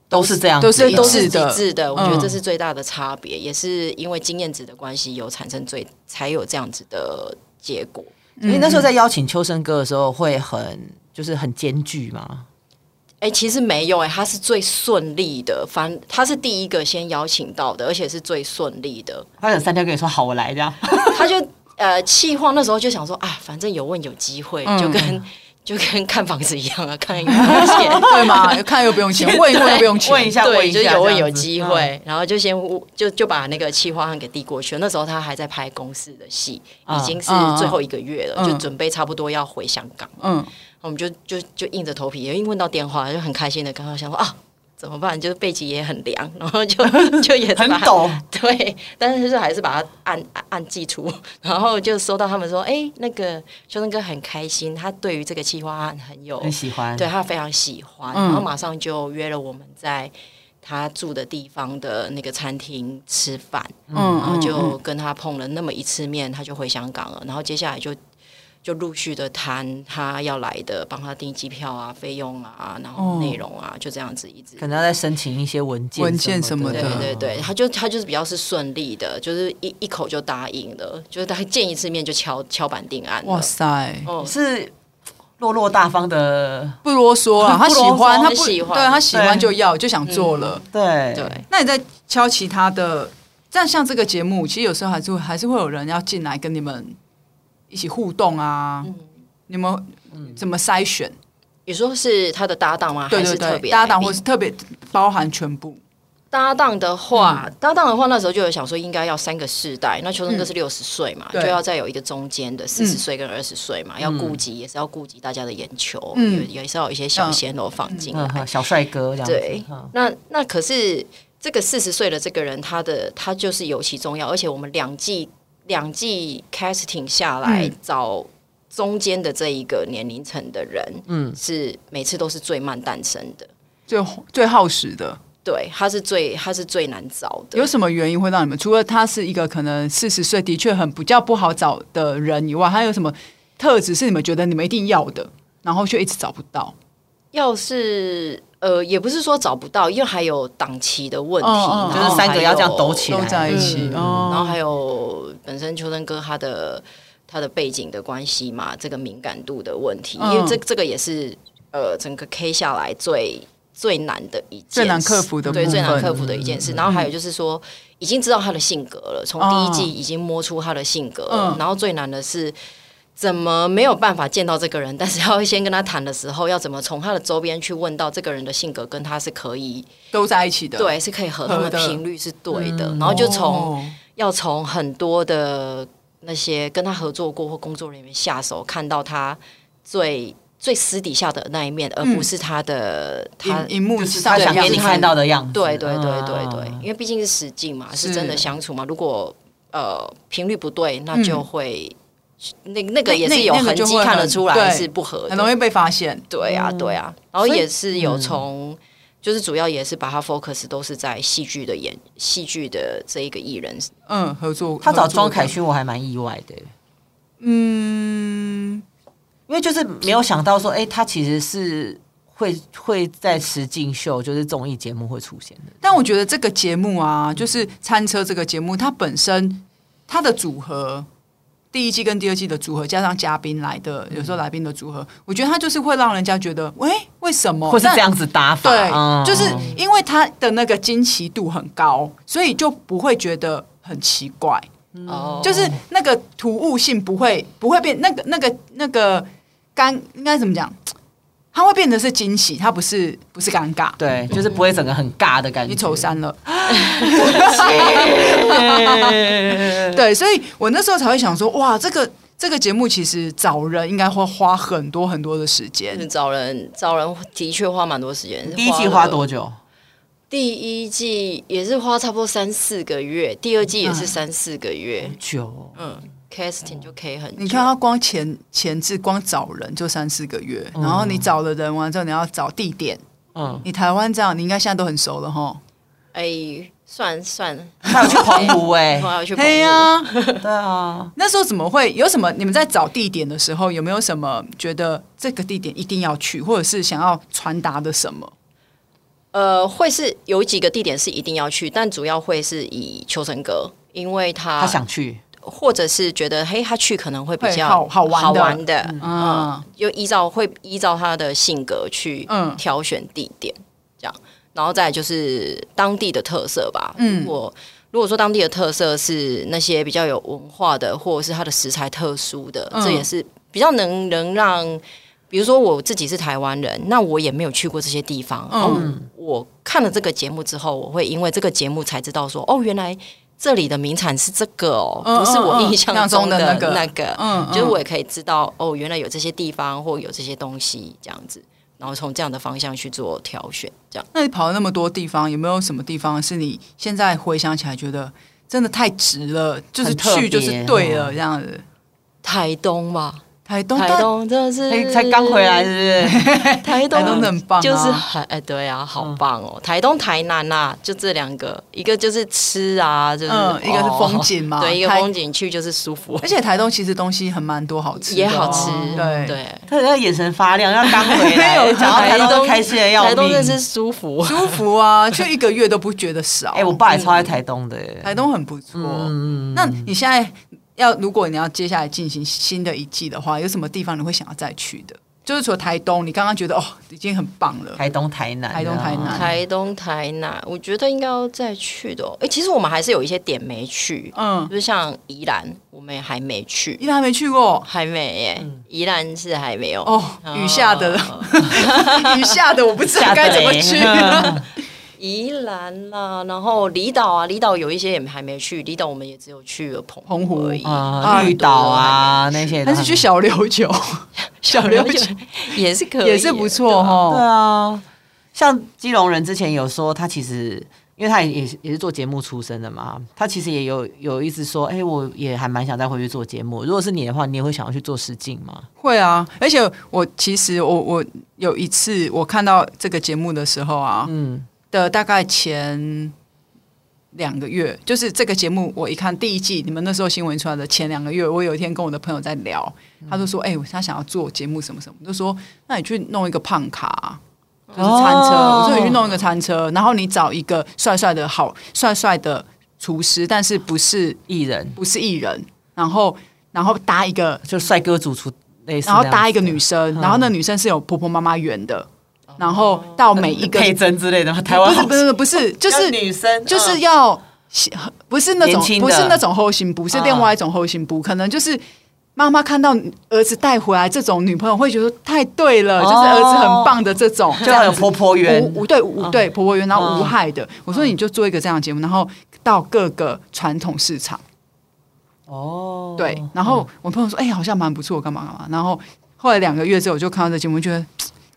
[SPEAKER 1] 都是这样子，
[SPEAKER 2] 都是
[SPEAKER 3] 都
[SPEAKER 2] 一
[SPEAKER 3] 是
[SPEAKER 2] 致的
[SPEAKER 3] 一致的。我觉得
[SPEAKER 2] 嗯
[SPEAKER 3] 这是最大的差别，也是因为经验值的关系，有产生最才有这样子的结果。
[SPEAKER 1] 你那时候在邀请秋生哥的时候，会很就是很艰巨嘛？
[SPEAKER 3] 哎、其实没有哎、他是最顺利的，反他是第一个先邀请到的，而且是最顺利的。
[SPEAKER 1] 他可能三天跟你说好，我来这样。
[SPEAKER 3] 他就呃气话那时候就想说啊，反正有问有机会，就跟就跟看房子一样啊， 看有没有钱。
[SPEAKER 2] 对嘛？ 看又不用钱，问一问又不用钱，
[SPEAKER 1] 问一下
[SPEAKER 3] 对，就
[SPEAKER 1] 这
[SPEAKER 3] 是
[SPEAKER 1] 样
[SPEAKER 3] 有问
[SPEAKER 1] 子
[SPEAKER 3] 有机会，然后就先就就把那个企划案给递过去了。那时候他还在拍公司的戏，
[SPEAKER 1] 嗯
[SPEAKER 3] 已经是
[SPEAKER 2] 嗯嗯
[SPEAKER 3] 最后一个月了，
[SPEAKER 2] 嗯
[SPEAKER 3] 就准备差不多要回香港。
[SPEAKER 2] 嗯，
[SPEAKER 3] 我们就就就硬着头皮，因为问到电话就很开心的，刚刚想说啊。怎么办？就是背脊也很凉，然 后就就也是
[SPEAKER 1] 很
[SPEAKER 3] 把它
[SPEAKER 1] 抖，
[SPEAKER 3] 对，但是就是还是把它按按按寄出，然后就收到他们说，哎、那个修生哥很开心，他对于这个企划案很有，
[SPEAKER 1] 很喜欢。
[SPEAKER 3] 对他非常喜欢，
[SPEAKER 2] 嗯
[SPEAKER 3] 然后马上就约了我们在他住的地方的那个餐厅吃饭，
[SPEAKER 2] 嗯
[SPEAKER 3] 然后就跟他碰了那么一次面，他就回香港了。然后接下来就就陆续的谈他要来的，帮他订机票啊、费用啊，然后内容
[SPEAKER 2] 哦
[SPEAKER 3] 啊，就这样子一直。
[SPEAKER 1] 可能要再申请一些文件
[SPEAKER 2] 文件
[SPEAKER 1] 什
[SPEAKER 2] 什
[SPEAKER 3] 对
[SPEAKER 1] 的
[SPEAKER 2] 么的
[SPEAKER 3] 对对，他就他就是比较是顺利的，就是一一口就答应了，就是他见一次面就敲敲板定案了
[SPEAKER 2] 哇。塞，
[SPEAKER 3] 哦，
[SPEAKER 1] 是落落大方的，
[SPEAKER 2] 不啰嗦啊，他
[SPEAKER 3] 不
[SPEAKER 2] 喜
[SPEAKER 3] 啰嗦
[SPEAKER 2] 欢，他
[SPEAKER 3] 他
[SPEAKER 2] 不
[SPEAKER 3] 喜欢
[SPEAKER 2] 对他喜欢就要就想做了。
[SPEAKER 1] 对
[SPEAKER 3] 对，
[SPEAKER 2] 那你在敲其他的，但像这个节目，其实有时候还是会还是会有人要进来跟你们一起互动啊，
[SPEAKER 3] 嗯
[SPEAKER 2] 你们
[SPEAKER 1] 嗯
[SPEAKER 2] 怎么筛选？
[SPEAKER 3] 你说是他的搭档吗？
[SPEAKER 2] 对
[SPEAKER 3] 还
[SPEAKER 2] 对
[SPEAKER 3] 是特
[SPEAKER 2] 对，
[SPEAKER 3] 别
[SPEAKER 2] 搭
[SPEAKER 3] 来
[SPEAKER 2] 档
[SPEAKER 3] 宾
[SPEAKER 2] 或是特别包含全部，
[SPEAKER 3] 搭档的话，搭档的话，那时候就有想说应该要三个世代。那求生哥是六十岁嘛，
[SPEAKER 2] 对
[SPEAKER 3] 就要再有一个中间的四十岁跟二十岁嘛，要顾及也是要顾及大家的眼球，
[SPEAKER 2] 嗯
[SPEAKER 3] 也也是要有一些小鲜肉放进来。
[SPEAKER 1] 嗯，嗯小帅哥这样子。
[SPEAKER 3] 对
[SPEAKER 1] 嗯
[SPEAKER 3] 那那可是这个四十岁的这个人，他的他就是尤其重要，而且我们两季两季 casting 下来、
[SPEAKER 2] 嗯
[SPEAKER 3] 找中间的这一个年龄层的人，
[SPEAKER 1] 嗯
[SPEAKER 3] 嗯，是每次都是最慢诞生的。
[SPEAKER 2] 最最耗时的，
[SPEAKER 3] 对，他是最他是最难找的
[SPEAKER 2] 有。什么原因会让你们？除了他是一个可能四十岁的确很比较不好找的人以外，还有什么特质是你们觉得你们一定要的，然后却一直找不到？
[SPEAKER 3] 要是呃，也不是说找不到，因为还有档期的问题，
[SPEAKER 2] 嗯嗯
[SPEAKER 3] 然后
[SPEAKER 1] 就是三个
[SPEAKER 3] 还有
[SPEAKER 1] 要这样抖起
[SPEAKER 2] 都
[SPEAKER 1] 来
[SPEAKER 2] 在一起、
[SPEAKER 3] 嗯然后
[SPEAKER 2] 哦，
[SPEAKER 3] 还有本身秋生哥他的他的背景的关系嘛，这个敏感度的问题，
[SPEAKER 2] 嗯
[SPEAKER 3] 因为这这个也是呃整个 K 下来最最难的一件事，
[SPEAKER 2] 最难克服的
[SPEAKER 3] 对
[SPEAKER 2] 部
[SPEAKER 3] 最难
[SPEAKER 2] 分嗯
[SPEAKER 3] 克服的一件事。然后还有就是说，已经知道他的性格了，从第一季
[SPEAKER 2] 哦
[SPEAKER 3] 已经摸出他的性格了
[SPEAKER 2] 嗯
[SPEAKER 3] 然后最难的是。怎么没有办法见到这个人？但是要先跟他谈的时候，要怎么从他的周边去问到这个人的性格，跟他是可以
[SPEAKER 2] 都在一起的，
[SPEAKER 3] 对，是可以合，他
[SPEAKER 2] 合
[SPEAKER 3] 们
[SPEAKER 2] 的
[SPEAKER 3] 频率是对的。
[SPEAKER 1] 嗯
[SPEAKER 3] 然后就从
[SPEAKER 2] 哦
[SPEAKER 3] 要从很多的那些跟他合作过或工作人员下手，看到他最最私底下的那一面，而不是他的、他
[SPEAKER 2] 嗯荧。荧幕啊
[SPEAKER 1] 就是
[SPEAKER 2] 上
[SPEAKER 1] 他
[SPEAKER 2] 的
[SPEAKER 1] 想
[SPEAKER 2] 样
[SPEAKER 1] 给你
[SPEAKER 2] 子
[SPEAKER 1] 看到的样子。
[SPEAKER 3] 对对对
[SPEAKER 1] 嗯
[SPEAKER 3] 对对，因为毕竟是实境嘛，是
[SPEAKER 2] 是
[SPEAKER 3] 真的相处嘛。如果呃频率不对，那就会、那那个也
[SPEAKER 2] 那
[SPEAKER 3] 是有
[SPEAKER 2] 那个
[SPEAKER 3] 痕
[SPEAKER 2] 就
[SPEAKER 3] 迹
[SPEAKER 2] 会
[SPEAKER 3] 看得
[SPEAKER 2] 很
[SPEAKER 3] 出来
[SPEAKER 2] 对
[SPEAKER 3] 是不合的，
[SPEAKER 2] 很容易被发现。
[SPEAKER 3] 对啊，对啊，然后
[SPEAKER 1] 所以
[SPEAKER 3] 也是有
[SPEAKER 2] 嗯
[SPEAKER 3] 从，就是主要也是把他 focus 都是在戏剧的演戏剧的这一个艺人，
[SPEAKER 2] 嗯，合作
[SPEAKER 1] 他找庄
[SPEAKER 2] 凯
[SPEAKER 1] 凯勋，我还蛮意外的。嗯，
[SPEAKER 2] 嗯
[SPEAKER 1] 因为就是没有想到说，哎、他其实是会会在实境秀，就是综艺节目会出现的。
[SPEAKER 2] 但我觉得这个节目啊，就是餐车这个节目，它本身它的组合，第一季跟第二季的组合，加上嘉宾来的，有
[SPEAKER 1] 嗯
[SPEAKER 2] 时候来宾的组合，我觉得它就是会让人家觉得，喂、为什么？
[SPEAKER 1] 或是
[SPEAKER 2] 那
[SPEAKER 1] 这样子打法，
[SPEAKER 2] 对，
[SPEAKER 1] 嗯
[SPEAKER 2] 就是因为它的那个惊奇度很高，所以就不会觉得很奇怪。
[SPEAKER 3] 哦，
[SPEAKER 2] 就是那个突兀性不会不会变，那个那个那个尴应该怎么讲？它会变得是惊喜，它不是不是尴尬。
[SPEAKER 1] 对，就是不会整个很尬的感觉。
[SPEAKER 2] 你 丑三了，对，所以我那时候才会想说，哇，这个这个节目其实找人应该会花很多很多的时间
[SPEAKER 3] 就，是嗯找人找人的确花蛮多时间。
[SPEAKER 1] 第一季
[SPEAKER 3] 了
[SPEAKER 1] 花多久？
[SPEAKER 3] 第一季也是花差不多三四个月，第二季也是三四个月。
[SPEAKER 1] 久哦，
[SPEAKER 3] 嗯，casting 就可以很久。
[SPEAKER 2] 你看他哦光前前置光找人就三四个月，然后你找了人完之后，你要找地点。
[SPEAKER 1] 嗯，
[SPEAKER 2] 你台湾这样，你应该现在都很熟了哈。
[SPEAKER 3] 哎，算算，
[SPEAKER 1] 他有去澎湖哎
[SPEAKER 3] 我，要去。
[SPEAKER 2] 对呀、
[SPEAKER 1] 对啊，
[SPEAKER 2] 那时候怎么会有什么？你们在找地点的时候，有没有什么觉得这个地点一定要去，或者是想要传达的什么？
[SPEAKER 3] 呃，会是有几个地点是一定要去，但主要会是以求生哥，因为他
[SPEAKER 1] 他想去，
[SPEAKER 3] 或者是觉得嘿，他去可能会比较
[SPEAKER 2] 会好好玩的
[SPEAKER 3] 的
[SPEAKER 2] 嗯
[SPEAKER 3] 嗯，就依照会依照他的性格去
[SPEAKER 2] 嗯
[SPEAKER 3] 挑选地点，这样，然后再来就是当地的特色吧。
[SPEAKER 2] 嗯
[SPEAKER 3] 如果如果说当地的特色是那些比较有文化的，或者是它的食材特殊的，
[SPEAKER 2] 嗯
[SPEAKER 3] 这也是比较能能让，比如说我自己是台湾人，那我也没有去过这些地方，
[SPEAKER 2] 嗯
[SPEAKER 3] 嗯、我看了这个节目之后，我会因为这个节目才知道说，哦，原来这里的名产是这个哦，
[SPEAKER 2] 嗯
[SPEAKER 3] 不是我印
[SPEAKER 2] 嗯嗯
[SPEAKER 3] 象
[SPEAKER 2] 嗯
[SPEAKER 3] 中的
[SPEAKER 2] 那个
[SPEAKER 3] 那个，
[SPEAKER 2] 嗯嗯
[SPEAKER 3] 就是我也可以知道哦，原来有这些地方或有这些东西这样子，然后从这样的方向去做挑选，这样。
[SPEAKER 2] 那你跑了那么多地方，有没有什么地方是你现在回想起来觉得真的太值了？就是
[SPEAKER 1] 很特
[SPEAKER 2] 去
[SPEAKER 1] 别
[SPEAKER 2] 就是对了这样子。
[SPEAKER 3] 台 东吧，
[SPEAKER 2] 台东，
[SPEAKER 3] 台东真的
[SPEAKER 1] 哎，
[SPEAKER 3] 是
[SPEAKER 1] 才刚回来，是不是？
[SPEAKER 3] 台东
[SPEAKER 2] 台东很棒啊嗯
[SPEAKER 3] 就是很哎对啊，好棒哦！台东、台南呐、啊，就这两个，一个就是吃啊，就是、
[SPEAKER 2] 嗯一个是风景嘛
[SPEAKER 3] 哦对，一个
[SPEAKER 2] 台
[SPEAKER 3] 风景去就是舒 服
[SPEAKER 2] 但而，且台东其实东西很蛮多好吃的
[SPEAKER 3] 也
[SPEAKER 2] 哦，
[SPEAKER 3] 好吃，嗯
[SPEAKER 2] 对
[SPEAKER 3] 对。
[SPEAKER 1] 他那个眼神发亮，要刚回来，
[SPEAKER 2] 没有
[SPEAKER 1] 讲到台东都开心的要
[SPEAKER 3] 台东
[SPEAKER 1] 命。
[SPEAKER 3] 真是舒服。
[SPEAKER 2] 舒服啊，去一个月都不觉得少。
[SPEAKER 1] 哎、我爸也超爱台东的耶，
[SPEAKER 2] 嗯台东很不错。
[SPEAKER 1] 嗯，嗯嗯
[SPEAKER 2] 那你现在要，如果你要接下来进行新的一季的话，有什么地方你会想要再去的？就是除了台东，你刚刚觉得哦已经很棒了，
[SPEAKER 1] 台东、台南啊、
[SPEAKER 2] 台东台南
[SPEAKER 3] 台东、台南，我觉得应该要再去的、哦。哎、其实我们还是有一些点没去，
[SPEAKER 2] 嗯，
[SPEAKER 3] 就是像宜兰，我们也还没去，
[SPEAKER 2] 依然还没去过
[SPEAKER 3] 还没耶，宜兰是还没有。
[SPEAKER 2] 嗯哦。雨下的
[SPEAKER 3] 哦
[SPEAKER 2] 雨下的，我不知道
[SPEAKER 1] 下
[SPEAKER 2] 该怎么
[SPEAKER 1] 北
[SPEAKER 2] 去。
[SPEAKER 3] 宜兰啦，然后离岛啊，离岛有一些也还没去，离岛我们也只有去了澎
[SPEAKER 2] 澎湖
[SPEAKER 3] 而已，
[SPEAKER 1] 啊、绿岛啊那 些都
[SPEAKER 2] 但
[SPEAKER 1] 还没，
[SPEAKER 2] 是去小琉球，小
[SPEAKER 3] 对
[SPEAKER 2] 琉
[SPEAKER 3] 我觉
[SPEAKER 2] 球
[SPEAKER 3] 得也是可以，
[SPEAKER 2] 也是不错
[SPEAKER 1] 对
[SPEAKER 2] 哦。
[SPEAKER 1] 啊，像基隆人之前有说他其实。因为他也也是也是做节目出身的嘛，他其实也有有一直说，哎、我也还蛮想再回去做节目。如果是你的话，你也会想要去做实境吗？
[SPEAKER 2] 会啊，而且我其实我我有一次我看到这个节目的时候啊，
[SPEAKER 1] 嗯，
[SPEAKER 2] 的大概前两个月，就是这个节目我一看第一季，你们那时候新闻出来的前两个月，我有一天跟我的朋友在聊，
[SPEAKER 1] 嗯
[SPEAKER 2] 他就说：“哎、我他想要做节目什么什么。”我就说：“那你去弄一个胖卡啊。”就是餐车，
[SPEAKER 1] 哦
[SPEAKER 2] 我说你去弄一个餐车，然后你找一个帅帅的好帅帅的厨师，但是不是
[SPEAKER 1] 艺人
[SPEAKER 2] 不是艺人，然后然后搭一个
[SPEAKER 1] 就帅哥主厨类似那
[SPEAKER 2] 然
[SPEAKER 1] 样
[SPEAKER 2] 后
[SPEAKER 1] 子，
[SPEAKER 2] 搭一个女生，
[SPEAKER 1] 嗯
[SPEAKER 2] 然后那女生是有婆婆妈妈缘的，然后到每一个
[SPEAKER 1] 佩珍之类的哦吗？台湾好
[SPEAKER 2] 不是不是不是，就是
[SPEAKER 1] 女生，
[SPEAKER 2] 就是
[SPEAKER 1] 嗯
[SPEAKER 2] 要喜不是那种
[SPEAKER 1] 年轻的嗯
[SPEAKER 2] 不是那种后心补，是另外一种后心补，可能就是。妈妈看到儿子带回来这种女朋友，会觉得太对了，
[SPEAKER 1] 哦
[SPEAKER 2] 就是儿子很棒的这种，
[SPEAKER 1] 就很有婆婆缘嗯
[SPEAKER 2] 无无对无对婆婆缘，然后无害的。我说你就做一个这样的节目，然后到各个传统市场，
[SPEAKER 1] 哦，
[SPEAKER 2] 对。然后我朋友说，哎、好像蛮不错，干嘛干嘛。然后后来两个月之后，我就看到这节目，觉得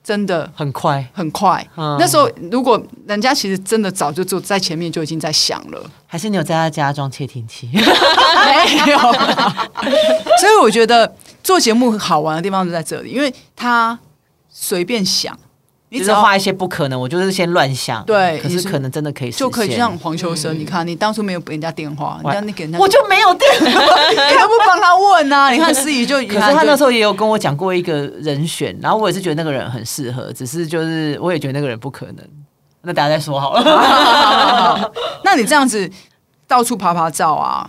[SPEAKER 2] 真的
[SPEAKER 1] 很快，
[SPEAKER 2] 很快。
[SPEAKER 1] 嗯
[SPEAKER 2] 那时候如果人家其实真的早就做在前面就已经在想了，
[SPEAKER 1] 还是你有在他家装窃听器？
[SPEAKER 2] 没有。所以我觉得做节目好玩的地方就在这里，因为他随便想，你
[SPEAKER 1] 就
[SPEAKER 2] 只
[SPEAKER 1] 是
[SPEAKER 2] 要
[SPEAKER 1] 画一些不可能，我就是先乱想，
[SPEAKER 2] 对
[SPEAKER 1] 可
[SPEAKER 2] 你
[SPEAKER 1] 是
[SPEAKER 2] 是
[SPEAKER 1] 可能真的可以实
[SPEAKER 2] 就可以，就
[SPEAKER 1] 现
[SPEAKER 2] 像黄秋生，你看你当初没有给人家电话，你
[SPEAKER 1] 我
[SPEAKER 2] 让你给人家，
[SPEAKER 1] 我就没有电话。
[SPEAKER 2] 你都不帮他问啊。你看思怡就，
[SPEAKER 1] 可
[SPEAKER 2] 可
[SPEAKER 1] 是他那时
[SPEAKER 2] 候
[SPEAKER 1] 候也有跟我讲过一个人选，然后我也是觉得那个人很适合，只是就是我也觉得那个人不可能。那大家再说好
[SPEAKER 3] 哦
[SPEAKER 1] 了。
[SPEAKER 2] 那你这样子到处爬爬照啊。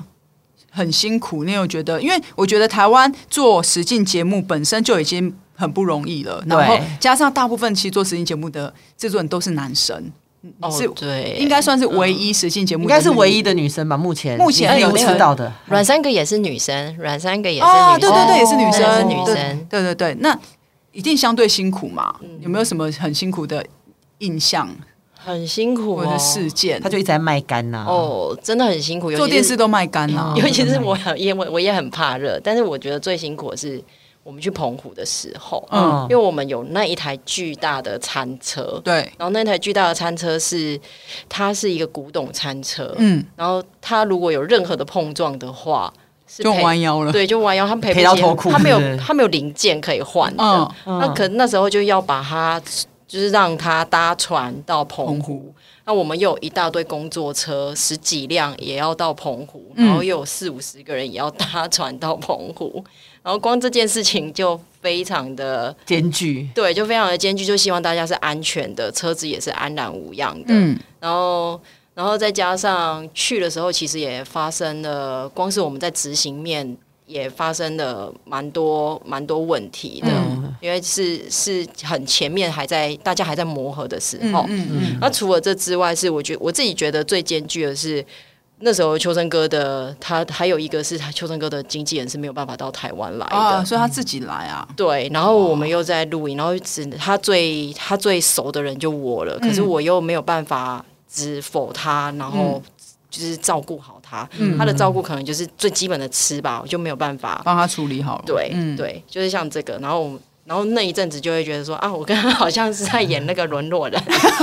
[SPEAKER 2] 很辛苦，你有觉得？因为我觉得台湾做实境节目本身就已经很不容易了，然后
[SPEAKER 1] 对
[SPEAKER 2] 加上大部分其实做实境节目的制作人都是男生，
[SPEAKER 3] 哦
[SPEAKER 2] 是
[SPEAKER 3] 对，
[SPEAKER 2] 应该算是唯一实境节目，
[SPEAKER 1] 应该是唯一的女生吧？目前
[SPEAKER 2] 目前
[SPEAKER 1] 你有
[SPEAKER 2] 目前
[SPEAKER 1] 知道的，
[SPEAKER 3] 阮三个也是女生，阮三个也是女生，哦
[SPEAKER 2] 啊，对对对，也是女
[SPEAKER 3] 也是
[SPEAKER 2] 生，
[SPEAKER 3] 女
[SPEAKER 2] 对
[SPEAKER 3] 生。
[SPEAKER 2] 对对对，那一定相对辛苦嘛？有没有什么很辛苦的印象
[SPEAKER 3] 很辛苦
[SPEAKER 2] 或
[SPEAKER 3] 哦
[SPEAKER 2] 者，事件
[SPEAKER 1] 她？就一直在卖干呐。
[SPEAKER 3] 哦，真的很辛苦，尤其
[SPEAKER 2] 做
[SPEAKER 3] 是
[SPEAKER 2] 电视都嗯卖干了，
[SPEAKER 3] 尤其是我也我我也很怕热，但是我觉得最辛苦的是我们去澎湖的时候，
[SPEAKER 2] 嗯，
[SPEAKER 1] 嗯
[SPEAKER 3] 因为我们有那一台巨大的餐车，
[SPEAKER 2] 对，
[SPEAKER 3] 然后那台巨大的餐车是它是一个古董餐车，
[SPEAKER 2] 嗯，
[SPEAKER 3] 然后它如果有任何的碰撞的话，是
[SPEAKER 2] 就
[SPEAKER 3] 赔
[SPEAKER 2] 弯腰了，
[SPEAKER 3] 对，就弯腰，他赔不
[SPEAKER 1] 赔
[SPEAKER 3] 起
[SPEAKER 1] 到脱裤
[SPEAKER 3] 他没有
[SPEAKER 1] 对不对
[SPEAKER 3] 他没有零件可以换的，
[SPEAKER 2] 嗯，
[SPEAKER 3] 那可那时候就要把它就是让它搭船到澎
[SPEAKER 2] 澎
[SPEAKER 3] 湖。
[SPEAKER 2] 湖，
[SPEAKER 3] 那我们又有一大堆工作车，十几辆也要到澎湖，
[SPEAKER 2] 嗯
[SPEAKER 3] 然后又有四五十个人也要搭船到澎湖， 然后光这件事情就非常的
[SPEAKER 1] 艰巨，
[SPEAKER 3] 对，就非常的艰巨，就希望大家是安全的，车子也是安然无恙的。
[SPEAKER 2] 嗯，
[SPEAKER 3] 然后，然后再加上去的时候，其实也发生了，光是我们在执行面也发生了蛮多蛮多问题的，
[SPEAKER 2] 嗯
[SPEAKER 3] 因为是是很前面还在大家还在磨合的时
[SPEAKER 2] 嗯
[SPEAKER 3] 候。
[SPEAKER 2] 嗯
[SPEAKER 3] 那除了这之外，是我觉我自己觉得最艰巨的是。那时候秋生哥的他还有一个是他秋生哥的经纪人是没有办法到台湾来的，
[SPEAKER 2] 啊，所以他自己来啊，
[SPEAKER 3] 对，然后我们又在录影，然后只他最他最熟的人就我了，可是
[SPEAKER 2] 嗯
[SPEAKER 3] 我又没有办法只否他，然后
[SPEAKER 2] 嗯
[SPEAKER 3] 就是照顾好他，他的照顾可能就是最基本的吃吧，我就没有办法。
[SPEAKER 2] 帮他处理好了，
[SPEAKER 3] 对、
[SPEAKER 2] 嗯，
[SPEAKER 3] 对，就是像这个，然后我然后那一阵子就会觉得说啊，我跟他好像是在演那个沦落人，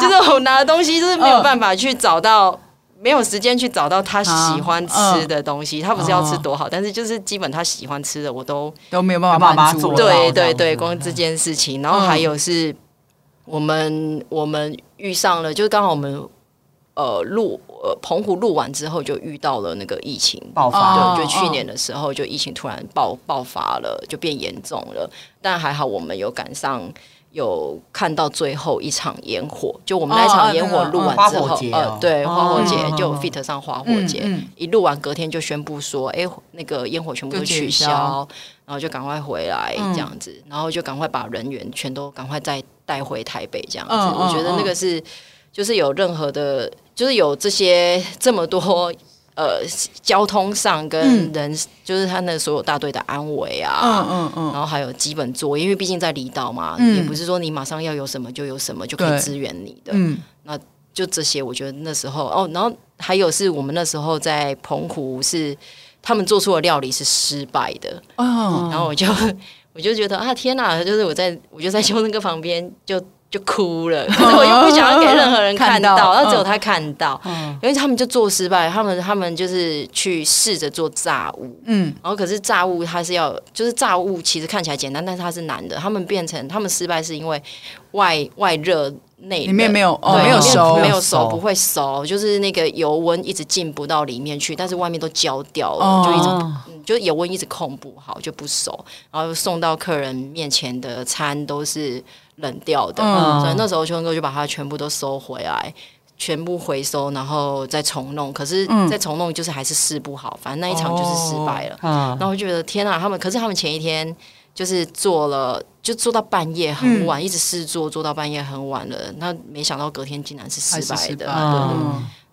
[SPEAKER 3] 就是我拿的东西就是没有办法去找到。没有时间去找到他喜欢吃的东西，他不是要吃多好，但是就是基本他喜欢吃的我都
[SPEAKER 2] 都没有办
[SPEAKER 1] 爸
[SPEAKER 2] 法
[SPEAKER 1] 爸
[SPEAKER 2] 满
[SPEAKER 1] 做
[SPEAKER 2] 足了，
[SPEAKER 1] 到
[SPEAKER 3] 对
[SPEAKER 1] 这样
[SPEAKER 3] 对
[SPEAKER 1] 子
[SPEAKER 3] 对，光这件事情，然后还有是我们我们遇上了，就是刚好我们呃录呃澎湖录完之后就遇到了那个疫情。
[SPEAKER 1] 爆
[SPEAKER 2] 哦
[SPEAKER 1] 发，
[SPEAKER 3] 对，就去年的时候，就疫情突然爆爆发了，就变严重了。但还好我们有赶上，有看到最后一场烟火。就我们那一
[SPEAKER 2] 哦哦
[SPEAKER 3] 场烟火
[SPEAKER 2] 那个
[SPEAKER 3] 录完
[SPEAKER 1] 嗯花
[SPEAKER 3] 之
[SPEAKER 1] 火
[SPEAKER 3] 后，
[SPEAKER 1] 节哦
[SPEAKER 3] 呃，对，花火节
[SPEAKER 1] 哦
[SPEAKER 3] 就 fit 上花火
[SPEAKER 2] 嗯
[SPEAKER 3] 节，
[SPEAKER 2] 嗯
[SPEAKER 3] 一录完隔天就宣布说，哎、那个烟火全部都
[SPEAKER 2] 就取
[SPEAKER 3] 取
[SPEAKER 2] 消
[SPEAKER 3] 消，然后就赶快回来
[SPEAKER 2] 嗯
[SPEAKER 3] 这样子，然后就赶快把人员全都赶快再带回台北这样子。
[SPEAKER 2] 嗯嗯
[SPEAKER 3] 我觉得那个是，就是有任何的，就是有这些这么多。呃，交通上
[SPEAKER 2] 嗯
[SPEAKER 3] 跟人，就是他那所有大队的安危啊，
[SPEAKER 2] 嗯嗯嗯
[SPEAKER 3] 然后还有基本作业，因为毕竟在离岛嘛，
[SPEAKER 2] 嗯
[SPEAKER 3] 也不是说你马上要有什么就有什么就可
[SPEAKER 2] 对
[SPEAKER 3] 以支援你的。
[SPEAKER 2] 嗯，
[SPEAKER 3] 就这些，我觉得那时候哦，然后还有是我们那时候在澎湖是他们做出的料理是失败的，
[SPEAKER 2] 哦，
[SPEAKER 3] 然后我就我就觉得啊天哪，就是我在我就在修生哥旁边就就哭了，可是我又不想要给任何人看
[SPEAKER 2] 看到
[SPEAKER 3] 到，那
[SPEAKER 2] 嗯
[SPEAKER 3] 只有他看到，因为他们就做失败，他们他们就是去试着做炸物，
[SPEAKER 2] 嗯
[SPEAKER 3] 然后可是炸物它是要，就是炸物其实看起来简单，但是它是难的。他们变成他们失败是因为外外热内
[SPEAKER 2] 里面没有哦
[SPEAKER 3] 对
[SPEAKER 2] 没有
[SPEAKER 3] 里面
[SPEAKER 2] 熟
[SPEAKER 3] 没
[SPEAKER 1] 没有
[SPEAKER 3] 有
[SPEAKER 1] 熟
[SPEAKER 3] 熟不会熟，就是那个油温一直进不到里面去，但是外面都焦掉了，
[SPEAKER 2] 哦
[SPEAKER 3] 就一直
[SPEAKER 1] 哦
[SPEAKER 3] 嗯就油温一直控不好就不熟，然后送到客人面前的餐都是冷掉的，
[SPEAKER 2] 嗯
[SPEAKER 3] 所以那时候秋生哥就把它全部都收回来。全部回收，然后再重弄。可是
[SPEAKER 2] 嗯哦
[SPEAKER 3] 再重弄就是还是试不好，反正那一场就是失败了。
[SPEAKER 1] 啊
[SPEAKER 3] 然，后我就觉得天啊，他们可是他们前一天就是做了，就做到半夜很
[SPEAKER 2] 嗯
[SPEAKER 3] 晚，一直试做做到半夜很晚了。那没想到隔天竟然是
[SPEAKER 2] 还
[SPEAKER 3] 失
[SPEAKER 2] 是
[SPEAKER 3] 败
[SPEAKER 2] 失
[SPEAKER 3] 的，
[SPEAKER 2] 败，
[SPEAKER 1] 嗯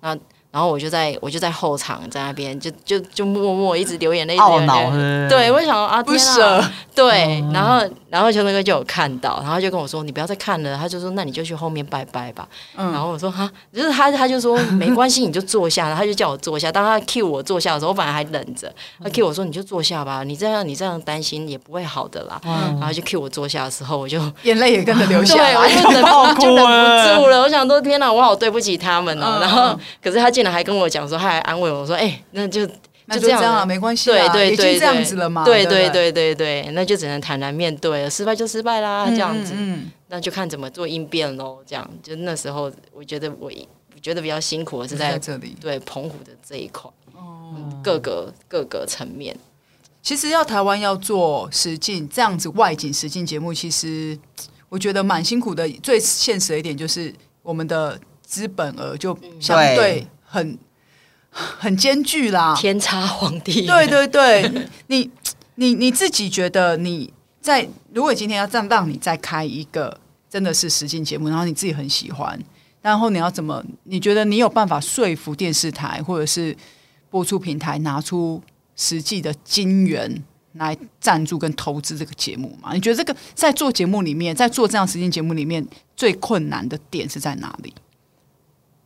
[SPEAKER 3] 对
[SPEAKER 2] 嗯
[SPEAKER 3] 然后我就在我就在后场在那边就就就默默一直流眼泪，一直流
[SPEAKER 1] 懊
[SPEAKER 3] 眼
[SPEAKER 1] 恼
[SPEAKER 3] 泪。，
[SPEAKER 1] 不
[SPEAKER 3] 对，，我想说啊，
[SPEAKER 2] 不
[SPEAKER 3] 天啊
[SPEAKER 2] 舍，
[SPEAKER 3] 对，然后然后邱生哥就有看到，然后他就跟我说：“你不要再看了。”他就说：“那你就去后面拜拜吧。
[SPEAKER 2] 嗯
[SPEAKER 3] 然后我说：“哈，就是他，他就说没关系，你就坐下。”他就叫我坐下。当他 cue 我坐下的时候，我本来还忍着，
[SPEAKER 2] 嗯
[SPEAKER 3] 他 cue 我说：“你就坐下吧，你这样你这样担心也不会好的
[SPEAKER 2] 嗯
[SPEAKER 3] 啦。然后就 cue 我坐下的时候，我就
[SPEAKER 2] 眼泪也跟着流下
[SPEAKER 3] 对，我
[SPEAKER 2] 来，
[SPEAKER 3] 就忍
[SPEAKER 1] 爆
[SPEAKER 3] 不
[SPEAKER 1] 哭
[SPEAKER 3] 就忍
[SPEAKER 1] 了
[SPEAKER 3] 不住了。我想说，天哪，啊我好对不起他们哦。
[SPEAKER 2] 嗯
[SPEAKER 3] 然后，可是他竟然还跟我讲说，他还安慰我说：“哎、那就
[SPEAKER 2] 那
[SPEAKER 3] 就
[SPEAKER 2] 就
[SPEAKER 3] 这
[SPEAKER 2] 这
[SPEAKER 3] 样
[SPEAKER 2] 样
[SPEAKER 3] 了
[SPEAKER 2] 啊，没关系
[SPEAKER 3] 对
[SPEAKER 2] 啦，
[SPEAKER 3] 对
[SPEAKER 2] 已
[SPEAKER 3] 对，
[SPEAKER 2] 经这样
[SPEAKER 3] 对
[SPEAKER 2] 子了嘛，
[SPEAKER 3] 对
[SPEAKER 2] 对不
[SPEAKER 3] 对对对，那就只能坦然面对了，失败就失败啦，这样子，
[SPEAKER 2] 嗯，嗯
[SPEAKER 3] 那就看怎么做应变喽。这样，就那时候我觉得我我觉得比较辛苦的
[SPEAKER 2] 就是在
[SPEAKER 3] 在
[SPEAKER 2] 这里。哦
[SPEAKER 3] 对澎湖的这一块，嗯各个各个层面，
[SPEAKER 2] 其实要台湾要做实境这样子外景实境节目，其实我觉得蛮辛苦的。最现实的一点就是我们的资本额就相对
[SPEAKER 1] 对
[SPEAKER 2] 很很艰巨啦。
[SPEAKER 3] 天差皇帝。
[SPEAKER 2] 啊对对对，你你你自己觉得你在如果今天要再让你再开一个真的是实境节目，然后你自己很喜欢，然后你要怎么？你觉得你有办法说服电视台或者是播出平台拿出实际的金源来赞助跟投资这个节目吗？你觉得这个在做节目里面，在做这样实境节目里面最困难的点是在哪里？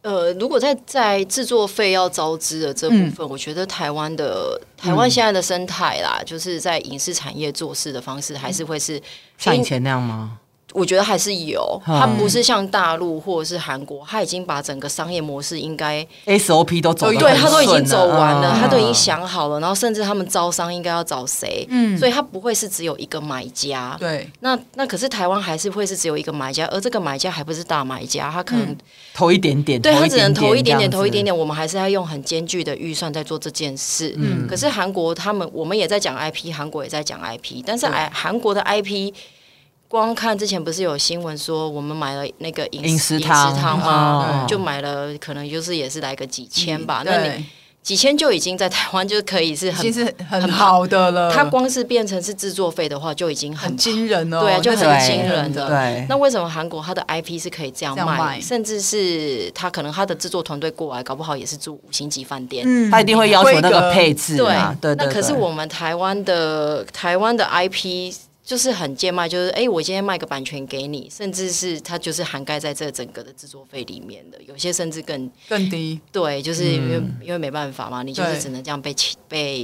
[SPEAKER 3] 呃，如果在在制作费要招资的这部
[SPEAKER 2] 嗯
[SPEAKER 3] 分，我觉得台湾的台湾现在的生态啦，就是在影视产业做事的方式，还是会是
[SPEAKER 1] 像以前那样吗？
[SPEAKER 3] 我觉得还是有，它不是像大陆或者是韩国，它已经把整个商业模式应该
[SPEAKER 1] SOP 都走得
[SPEAKER 3] 对
[SPEAKER 1] 很
[SPEAKER 3] 他都已经
[SPEAKER 1] 顺
[SPEAKER 3] 走完了，
[SPEAKER 1] 嗯
[SPEAKER 3] 他都已经想好了，然后甚至他们招商应该要找谁，
[SPEAKER 2] 嗯
[SPEAKER 3] 所以他不会是只有一个买家。
[SPEAKER 2] 对，
[SPEAKER 3] 那那可是台湾还是会是只有一个买家，而这个买家还不是大买家，他可能、
[SPEAKER 1] 嗯投一点点，
[SPEAKER 3] 对他只能投
[SPEAKER 1] 投
[SPEAKER 3] 一点点，投一点
[SPEAKER 1] 点
[SPEAKER 3] 点，我们还是要用很艰巨的预算在做这件事。嗯，可是韩国他们，我们也在讲 IP，韩国也在讲 IP，但是哎，韩国的 IP。光看之前不是有新闻说我们买了那个饮
[SPEAKER 1] 这样子饮
[SPEAKER 3] 食
[SPEAKER 1] 食
[SPEAKER 3] 饮食
[SPEAKER 1] 汤
[SPEAKER 3] 汤吗？
[SPEAKER 1] 哦
[SPEAKER 3] 就买了，可能就是也是来个几千吧。那你
[SPEAKER 2] 对，
[SPEAKER 3] 几千就已经在台湾就可以是
[SPEAKER 2] 已经
[SPEAKER 3] 很，
[SPEAKER 2] 是很好的了，
[SPEAKER 3] 它光是变成是制作费的话就已经很
[SPEAKER 2] 很惊人哦，
[SPEAKER 3] 对啊就
[SPEAKER 2] 那
[SPEAKER 3] 很
[SPEAKER 2] 个
[SPEAKER 3] 惊人的
[SPEAKER 1] 对，
[SPEAKER 3] 那为什么韩国它的 IP 是可以这样
[SPEAKER 2] 这样
[SPEAKER 3] 卖，
[SPEAKER 2] 卖
[SPEAKER 3] 甚至是他可能他的制作团队过来，搞不好也是住五星级饭店。
[SPEAKER 2] 嗯
[SPEAKER 1] 他一定会要求那个配置
[SPEAKER 3] 对
[SPEAKER 1] 啊，对对。
[SPEAKER 3] 那可是
[SPEAKER 1] 对
[SPEAKER 3] 我们台湾的台湾的 IP 就是很贱卖，就是哎、诶我今天卖个版权给你，甚至是它就是涵盖在这整个的制作费里面的，有些甚至更
[SPEAKER 2] 更低
[SPEAKER 3] 对，就是因为、因为没办法嘛，你就是
[SPEAKER 2] 对
[SPEAKER 3] 只能这样被欺被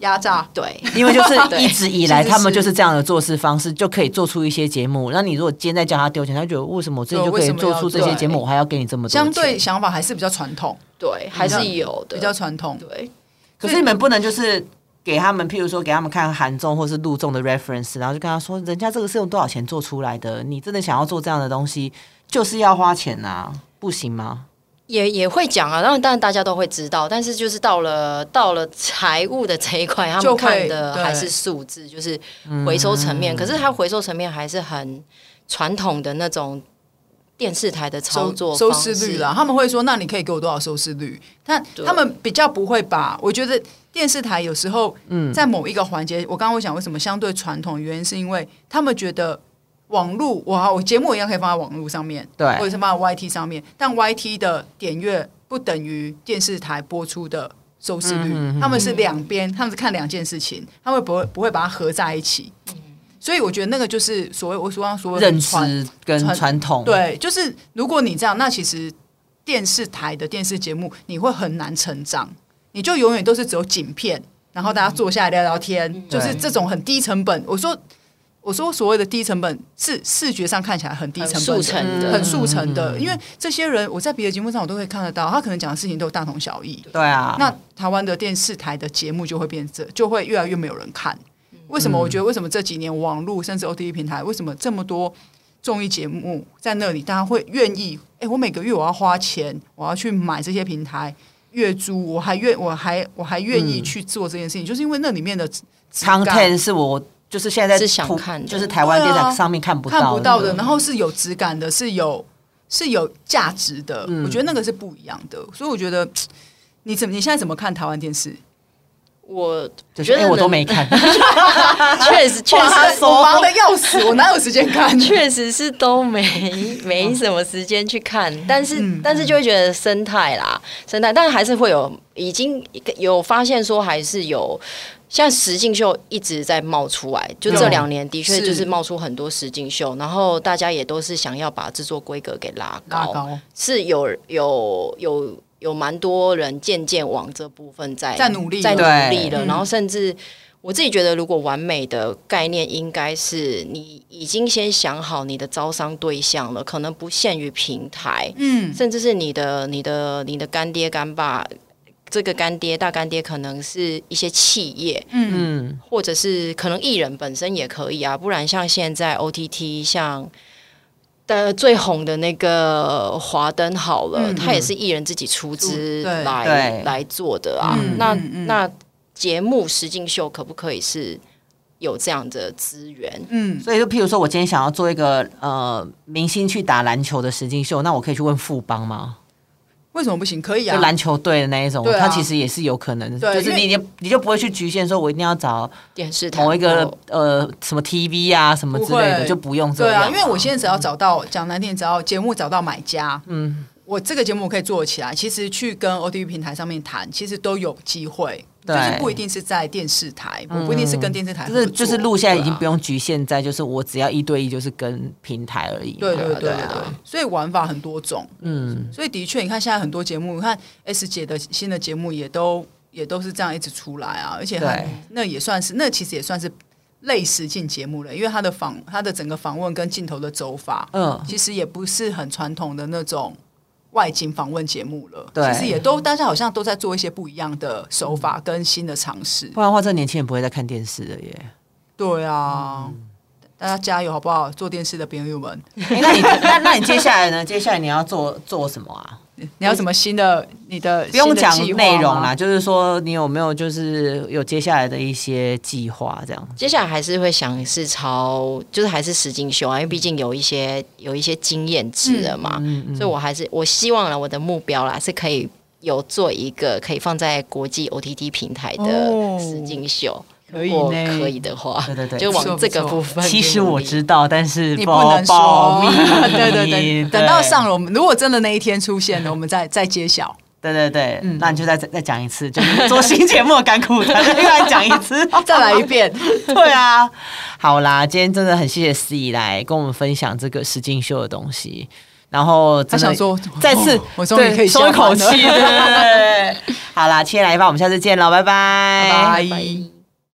[SPEAKER 2] 压榨，
[SPEAKER 3] 对。
[SPEAKER 1] 因为就是
[SPEAKER 3] 对
[SPEAKER 1] 一直以来
[SPEAKER 2] 其实是
[SPEAKER 1] 他们就是这样的做事方式，就可以做出一些节目。那你如果今天再叫他丢钱，他就觉得为什么我自己
[SPEAKER 2] 对
[SPEAKER 1] 就可
[SPEAKER 2] 为
[SPEAKER 1] 以
[SPEAKER 2] 什么要
[SPEAKER 1] 做出这些节目，
[SPEAKER 2] 对
[SPEAKER 1] 我还要给你这么多钱？
[SPEAKER 2] 相对想法还是比较传统，
[SPEAKER 3] 对，还
[SPEAKER 2] 较
[SPEAKER 3] 是有的，
[SPEAKER 2] 比较传统，
[SPEAKER 3] 对，
[SPEAKER 1] 可是你们不能就是给他们，譬如说给他们看韩综或是陆综的 reference，然后就跟他说，人家这个是用多少钱做出来的，你真的想要做这样的东西，就是要花钱啊，不行吗？
[SPEAKER 3] 也也会讲啊，当然当然大家都会知道，但是就是到了到了财务的这一块，他
[SPEAKER 2] 就
[SPEAKER 3] 们
[SPEAKER 2] 会
[SPEAKER 3] 看的
[SPEAKER 2] 对
[SPEAKER 3] 还是数字，就是
[SPEAKER 1] 嗯
[SPEAKER 3] 回收层面。可是它回收层面还是很传统的那种电视台的操
[SPEAKER 2] 收
[SPEAKER 3] 作
[SPEAKER 2] 收
[SPEAKER 3] 方
[SPEAKER 2] 视率
[SPEAKER 3] 式
[SPEAKER 2] 啦，他们会说，那你可以给我多少收视率？但
[SPEAKER 3] 对
[SPEAKER 2] 他们比较不会把，我觉得电视台有时候，
[SPEAKER 1] 嗯
[SPEAKER 2] 在某一个环节，我刚刚我讲为什么相对传统，原因是因为他们觉得网络，哇，我节目一样可以放在网络上面，
[SPEAKER 1] 对
[SPEAKER 2] 或者是放在 YT 上面，但 YT 的点阅不等于电视台播出的。收视
[SPEAKER 1] 嗯
[SPEAKER 2] 率，他们是两边，他们是看两件事情，他们不会不会把它合在一起，
[SPEAKER 3] 嗯
[SPEAKER 2] 所以我觉得那个就是所谓我刚刚说的
[SPEAKER 1] 认
[SPEAKER 2] 传
[SPEAKER 1] 知跟
[SPEAKER 2] 传
[SPEAKER 1] 传统，，
[SPEAKER 2] 对，就是如果你这样，那其实电视台的电视节目你会很难成长，你就永远都是只有景片，然后大家坐下来聊聊天，
[SPEAKER 3] 嗯
[SPEAKER 2] 就是这种很低成本。我说我说所谓的低成本是视觉上看起来很低
[SPEAKER 3] 很
[SPEAKER 2] 成
[SPEAKER 3] 速
[SPEAKER 2] 本的。
[SPEAKER 3] 成的，嗯
[SPEAKER 2] 很速成的，因为这些人我在别的节目上我都会看得到，他可能讲的事情都大同小异。
[SPEAKER 1] 对啊，
[SPEAKER 2] 那台湾的电视台的节目就会变这，就会越来越没有人看。为什么？
[SPEAKER 1] 嗯
[SPEAKER 2] 我觉得为什么这几年网络甚至 OTT 平台，为什么这么多综艺节目在那里，大家会愿意？哎、我每个月我要花钱，我要去买这些平台月租，我还愿我还我还愿意去做这件事情，就是因为那里面的质感
[SPEAKER 1] 嗯 content 是我就是现在在
[SPEAKER 3] 是想
[SPEAKER 1] 普
[SPEAKER 3] 看的
[SPEAKER 1] 就是台湾电视
[SPEAKER 2] 对啊
[SPEAKER 1] 台上面看不到
[SPEAKER 2] 看不到的，
[SPEAKER 1] 的，
[SPEAKER 2] 然后是有质感的，是有是有价值的。
[SPEAKER 1] 嗯
[SPEAKER 2] 我觉得那个是不一样的，所以我觉得你怎么你现在怎么看台湾电视？
[SPEAKER 3] 我
[SPEAKER 1] 就
[SPEAKER 3] 我
[SPEAKER 1] 是
[SPEAKER 3] 觉
[SPEAKER 1] 哎，
[SPEAKER 3] 得
[SPEAKER 1] 我都
[SPEAKER 3] 能
[SPEAKER 1] 没看，
[SPEAKER 3] 确实确
[SPEAKER 2] 哇
[SPEAKER 3] 实
[SPEAKER 2] 我忙的要死，我哪有时间看？
[SPEAKER 3] 确实是都没 没什么时间去看，
[SPEAKER 2] 嗯
[SPEAKER 3] 但是、但是就会觉得生态啦，生态，但还是会有已经有发现说还是有。像实境秀一直在冒出来，就这
[SPEAKER 2] 有
[SPEAKER 3] 两年的确
[SPEAKER 2] 嗯是
[SPEAKER 3] 就是冒出很多实境秀，然后大家也都是想要把制作规格给拉高，
[SPEAKER 2] 拉高，
[SPEAKER 3] 是有有有有蛮多人渐渐往这部分在
[SPEAKER 2] 在努力
[SPEAKER 3] 在努
[SPEAKER 1] 对
[SPEAKER 3] 力了，
[SPEAKER 2] 嗯
[SPEAKER 3] 然后甚至。我自己觉得，如果完美的概念应该是你已经先想好你的招商对象了，可能不限于平台，
[SPEAKER 2] 嗯，
[SPEAKER 3] 甚至是你的、你的、你的干爹干爸，这个干爹大干爹可能是一些企业，
[SPEAKER 1] 嗯，
[SPEAKER 3] 或者是可能艺人本身也可以啊，不然像现在 OTT 像的最红的那个华灯好了，
[SPEAKER 2] 嗯
[SPEAKER 3] 它也是艺人自己出资
[SPEAKER 2] 出对
[SPEAKER 3] 来
[SPEAKER 1] 对
[SPEAKER 3] 来做的啊。
[SPEAKER 2] 嗯
[SPEAKER 3] 那
[SPEAKER 2] 嗯嗯
[SPEAKER 3] 那节目实境秀可不可以是有这样的资源？
[SPEAKER 2] 嗯，
[SPEAKER 1] 所以就譬如说我今天想要做一个呃明星去打篮球的实境秀，那我可以去问富邦吗？
[SPEAKER 2] 为什么不行？可以
[SPEAKER 1] 就
[SPEAKER 2] 啊，
[SPEAKER 1] 篮球队的那一种，
[SPEAKER 2] 对啊
[SPEAKER 1] 它其实也是有可能，
[SPEAKER 2] 对
[SPEAKER 1] 就是
[SPEAKER 2] 因为
[SPEAKER 1] 你你你就不会去局限说，我一定要找
[SPEAKER 3] 电视台
[SPEAKER 1] 某一个
[SPEAKER 3] 哦
[SPEAKER 1] 呃什么 TV 啊什么之类
[SPEAKER 2] 不
[SPEAKER 1] 的，
[SPEAKER 2] 会
[SPEAKER 1] 就不用这
[SPEAKER 2] 对
[SPEAKER 1] 样。
[SPEAKER 2] 啊，因为我现在只要找到讲难听，只要节目找到买家，
[SPEAKER 1] 嗯，
[SPEAKER 2] 我这个节目我可以做起来。其实去跟 OTV 平台上面谈，其实都有机会，就
[SPEAKER 1] 对嗯
[SPEAKER 2] 是不一定是在电视台，我不一定是跟电视台合
[SPEAKER 1] 啊就
[SPEAKER 2] 作，啊
[SPEAKER 1] 是就是录下来已经不
[SPEAKER 2] 用。
[SPEAKER 1] 用局限在，就是我只要一对一，就是跟平台而已嘛。
[SPEAKER 2] 对对对对
[SPEAKER 1] 啊
[SPEAKER 2] 对，所以玩法很多种。
[SPEAKER 1] 嗯，
[SPEAKER 2] 所以的确，你看现在很多节目，你看 S 姐的新的节目也都也都是这样一直出来啊，而且它
[SPEAKER 1] 对
[SPEAKER 2] 那也算是那其实也算是类实境节目了，因为它的访它的整个访问跟镜头的走法，
[SPEAKER 1] 嗯
[SPEAKER 2] 其实也不是很传统的那种。外景访问节目了，
[SPEAKER 1] 对
[SPEAKER 2] 其实也都大家好像都在做一些不一样的手法跟新的尝试。
[SPEAKER 1] 不然的话，这年轻人不会再看电视了耶。
[SPEAKER 2] 对啊，大家加油好不好？做电视的朋友们，
[SPEAKER 1] 诶那你那那你接下来呢？接下来你要做做什么啊？
[SPEAKER 2] 你要什么新的你的
[SPEAKER 1] 不用
[SPEAKER 2] 新的
[SPEAKER 1] 讲
[SPEAKER 2] 计划
[SPEAKER 1] 内容
[SPEAKER 2] 吗
[SPEAKER 1] 啦，就是说你有没有就是有接下来的一些计划这样？
[SPEAKER 3] 接下来还是会想是朝，就是还是实境秀啊，因为毕竟有一些有一些经验值了嘛，
[SPEAKER 1] 嗯嗯
[SPEAKER 3] 所以我还是我希望呢，我的目标啦是可以有做一个可以放在国际 OTT 平台
[SPEAKER 2] 哦
[SPEAKER 3] 的实境秀，
[SPEAKER 2] 可
[SPEAKER 3] 如
[SPEAKER 2] 以
[SPEAKER 3] 果
[SPEAKER 2] 呢
[SPEAKER 3] 可以的话，
[SPEAKER 1] 对对对
[SPEAKER 3] 就往这个
[SPEAKER 2] 不错不错
[SPEAKER 3] 部分努力。
[SPEAKER 1] 其实我知道，但是
[SPEAKER 2] 你不
[SPEAKER 1] 保
[SPEAKER 2] 能
[SPEAKER 1] 保
[SPEAKER 2] 说。
[SPEAKER 1] 密
[SPEAKER 2] 对对对，等到上了，我们如果真的那一天出现了，我们再再揭晓。
[SPEAKER 1] 对对对，
[SPEAKER 2] 嗯
[SPEAKER 1] 那你就再再再讲一次，就是做新节目的甘苦谈，又来讲一次。
[SPEAKER 2] 再来一遍，
[SPEAKER 1] 对啊，好啦，今天真的很谢谢思怡来跟我们分享这个实境秀的东西。然后
[SPEAKER 2] 他
[SPEAKER 1] 真的
[SPEAKER 2] 想说，
[SPEAKER 1] 再次
[SPEAKER 2] 哦我终于
[SPEAKER 1] 对
[SPEAKER 2] 可以
[SPEAKER 1] 松一
[SPEAKER 2] 下班
[SPEAKER 1] 口
[SPEAKER 2] 了
[SPEAKER 1] 气。对对对对对好啦，谢谢来吧，我们下次见喽，拜
[SPEAKER 2] 拜
[SPEAKER 1] 拜
[SPEAKER 2] 拜。
[SPEAKER 3] 拜。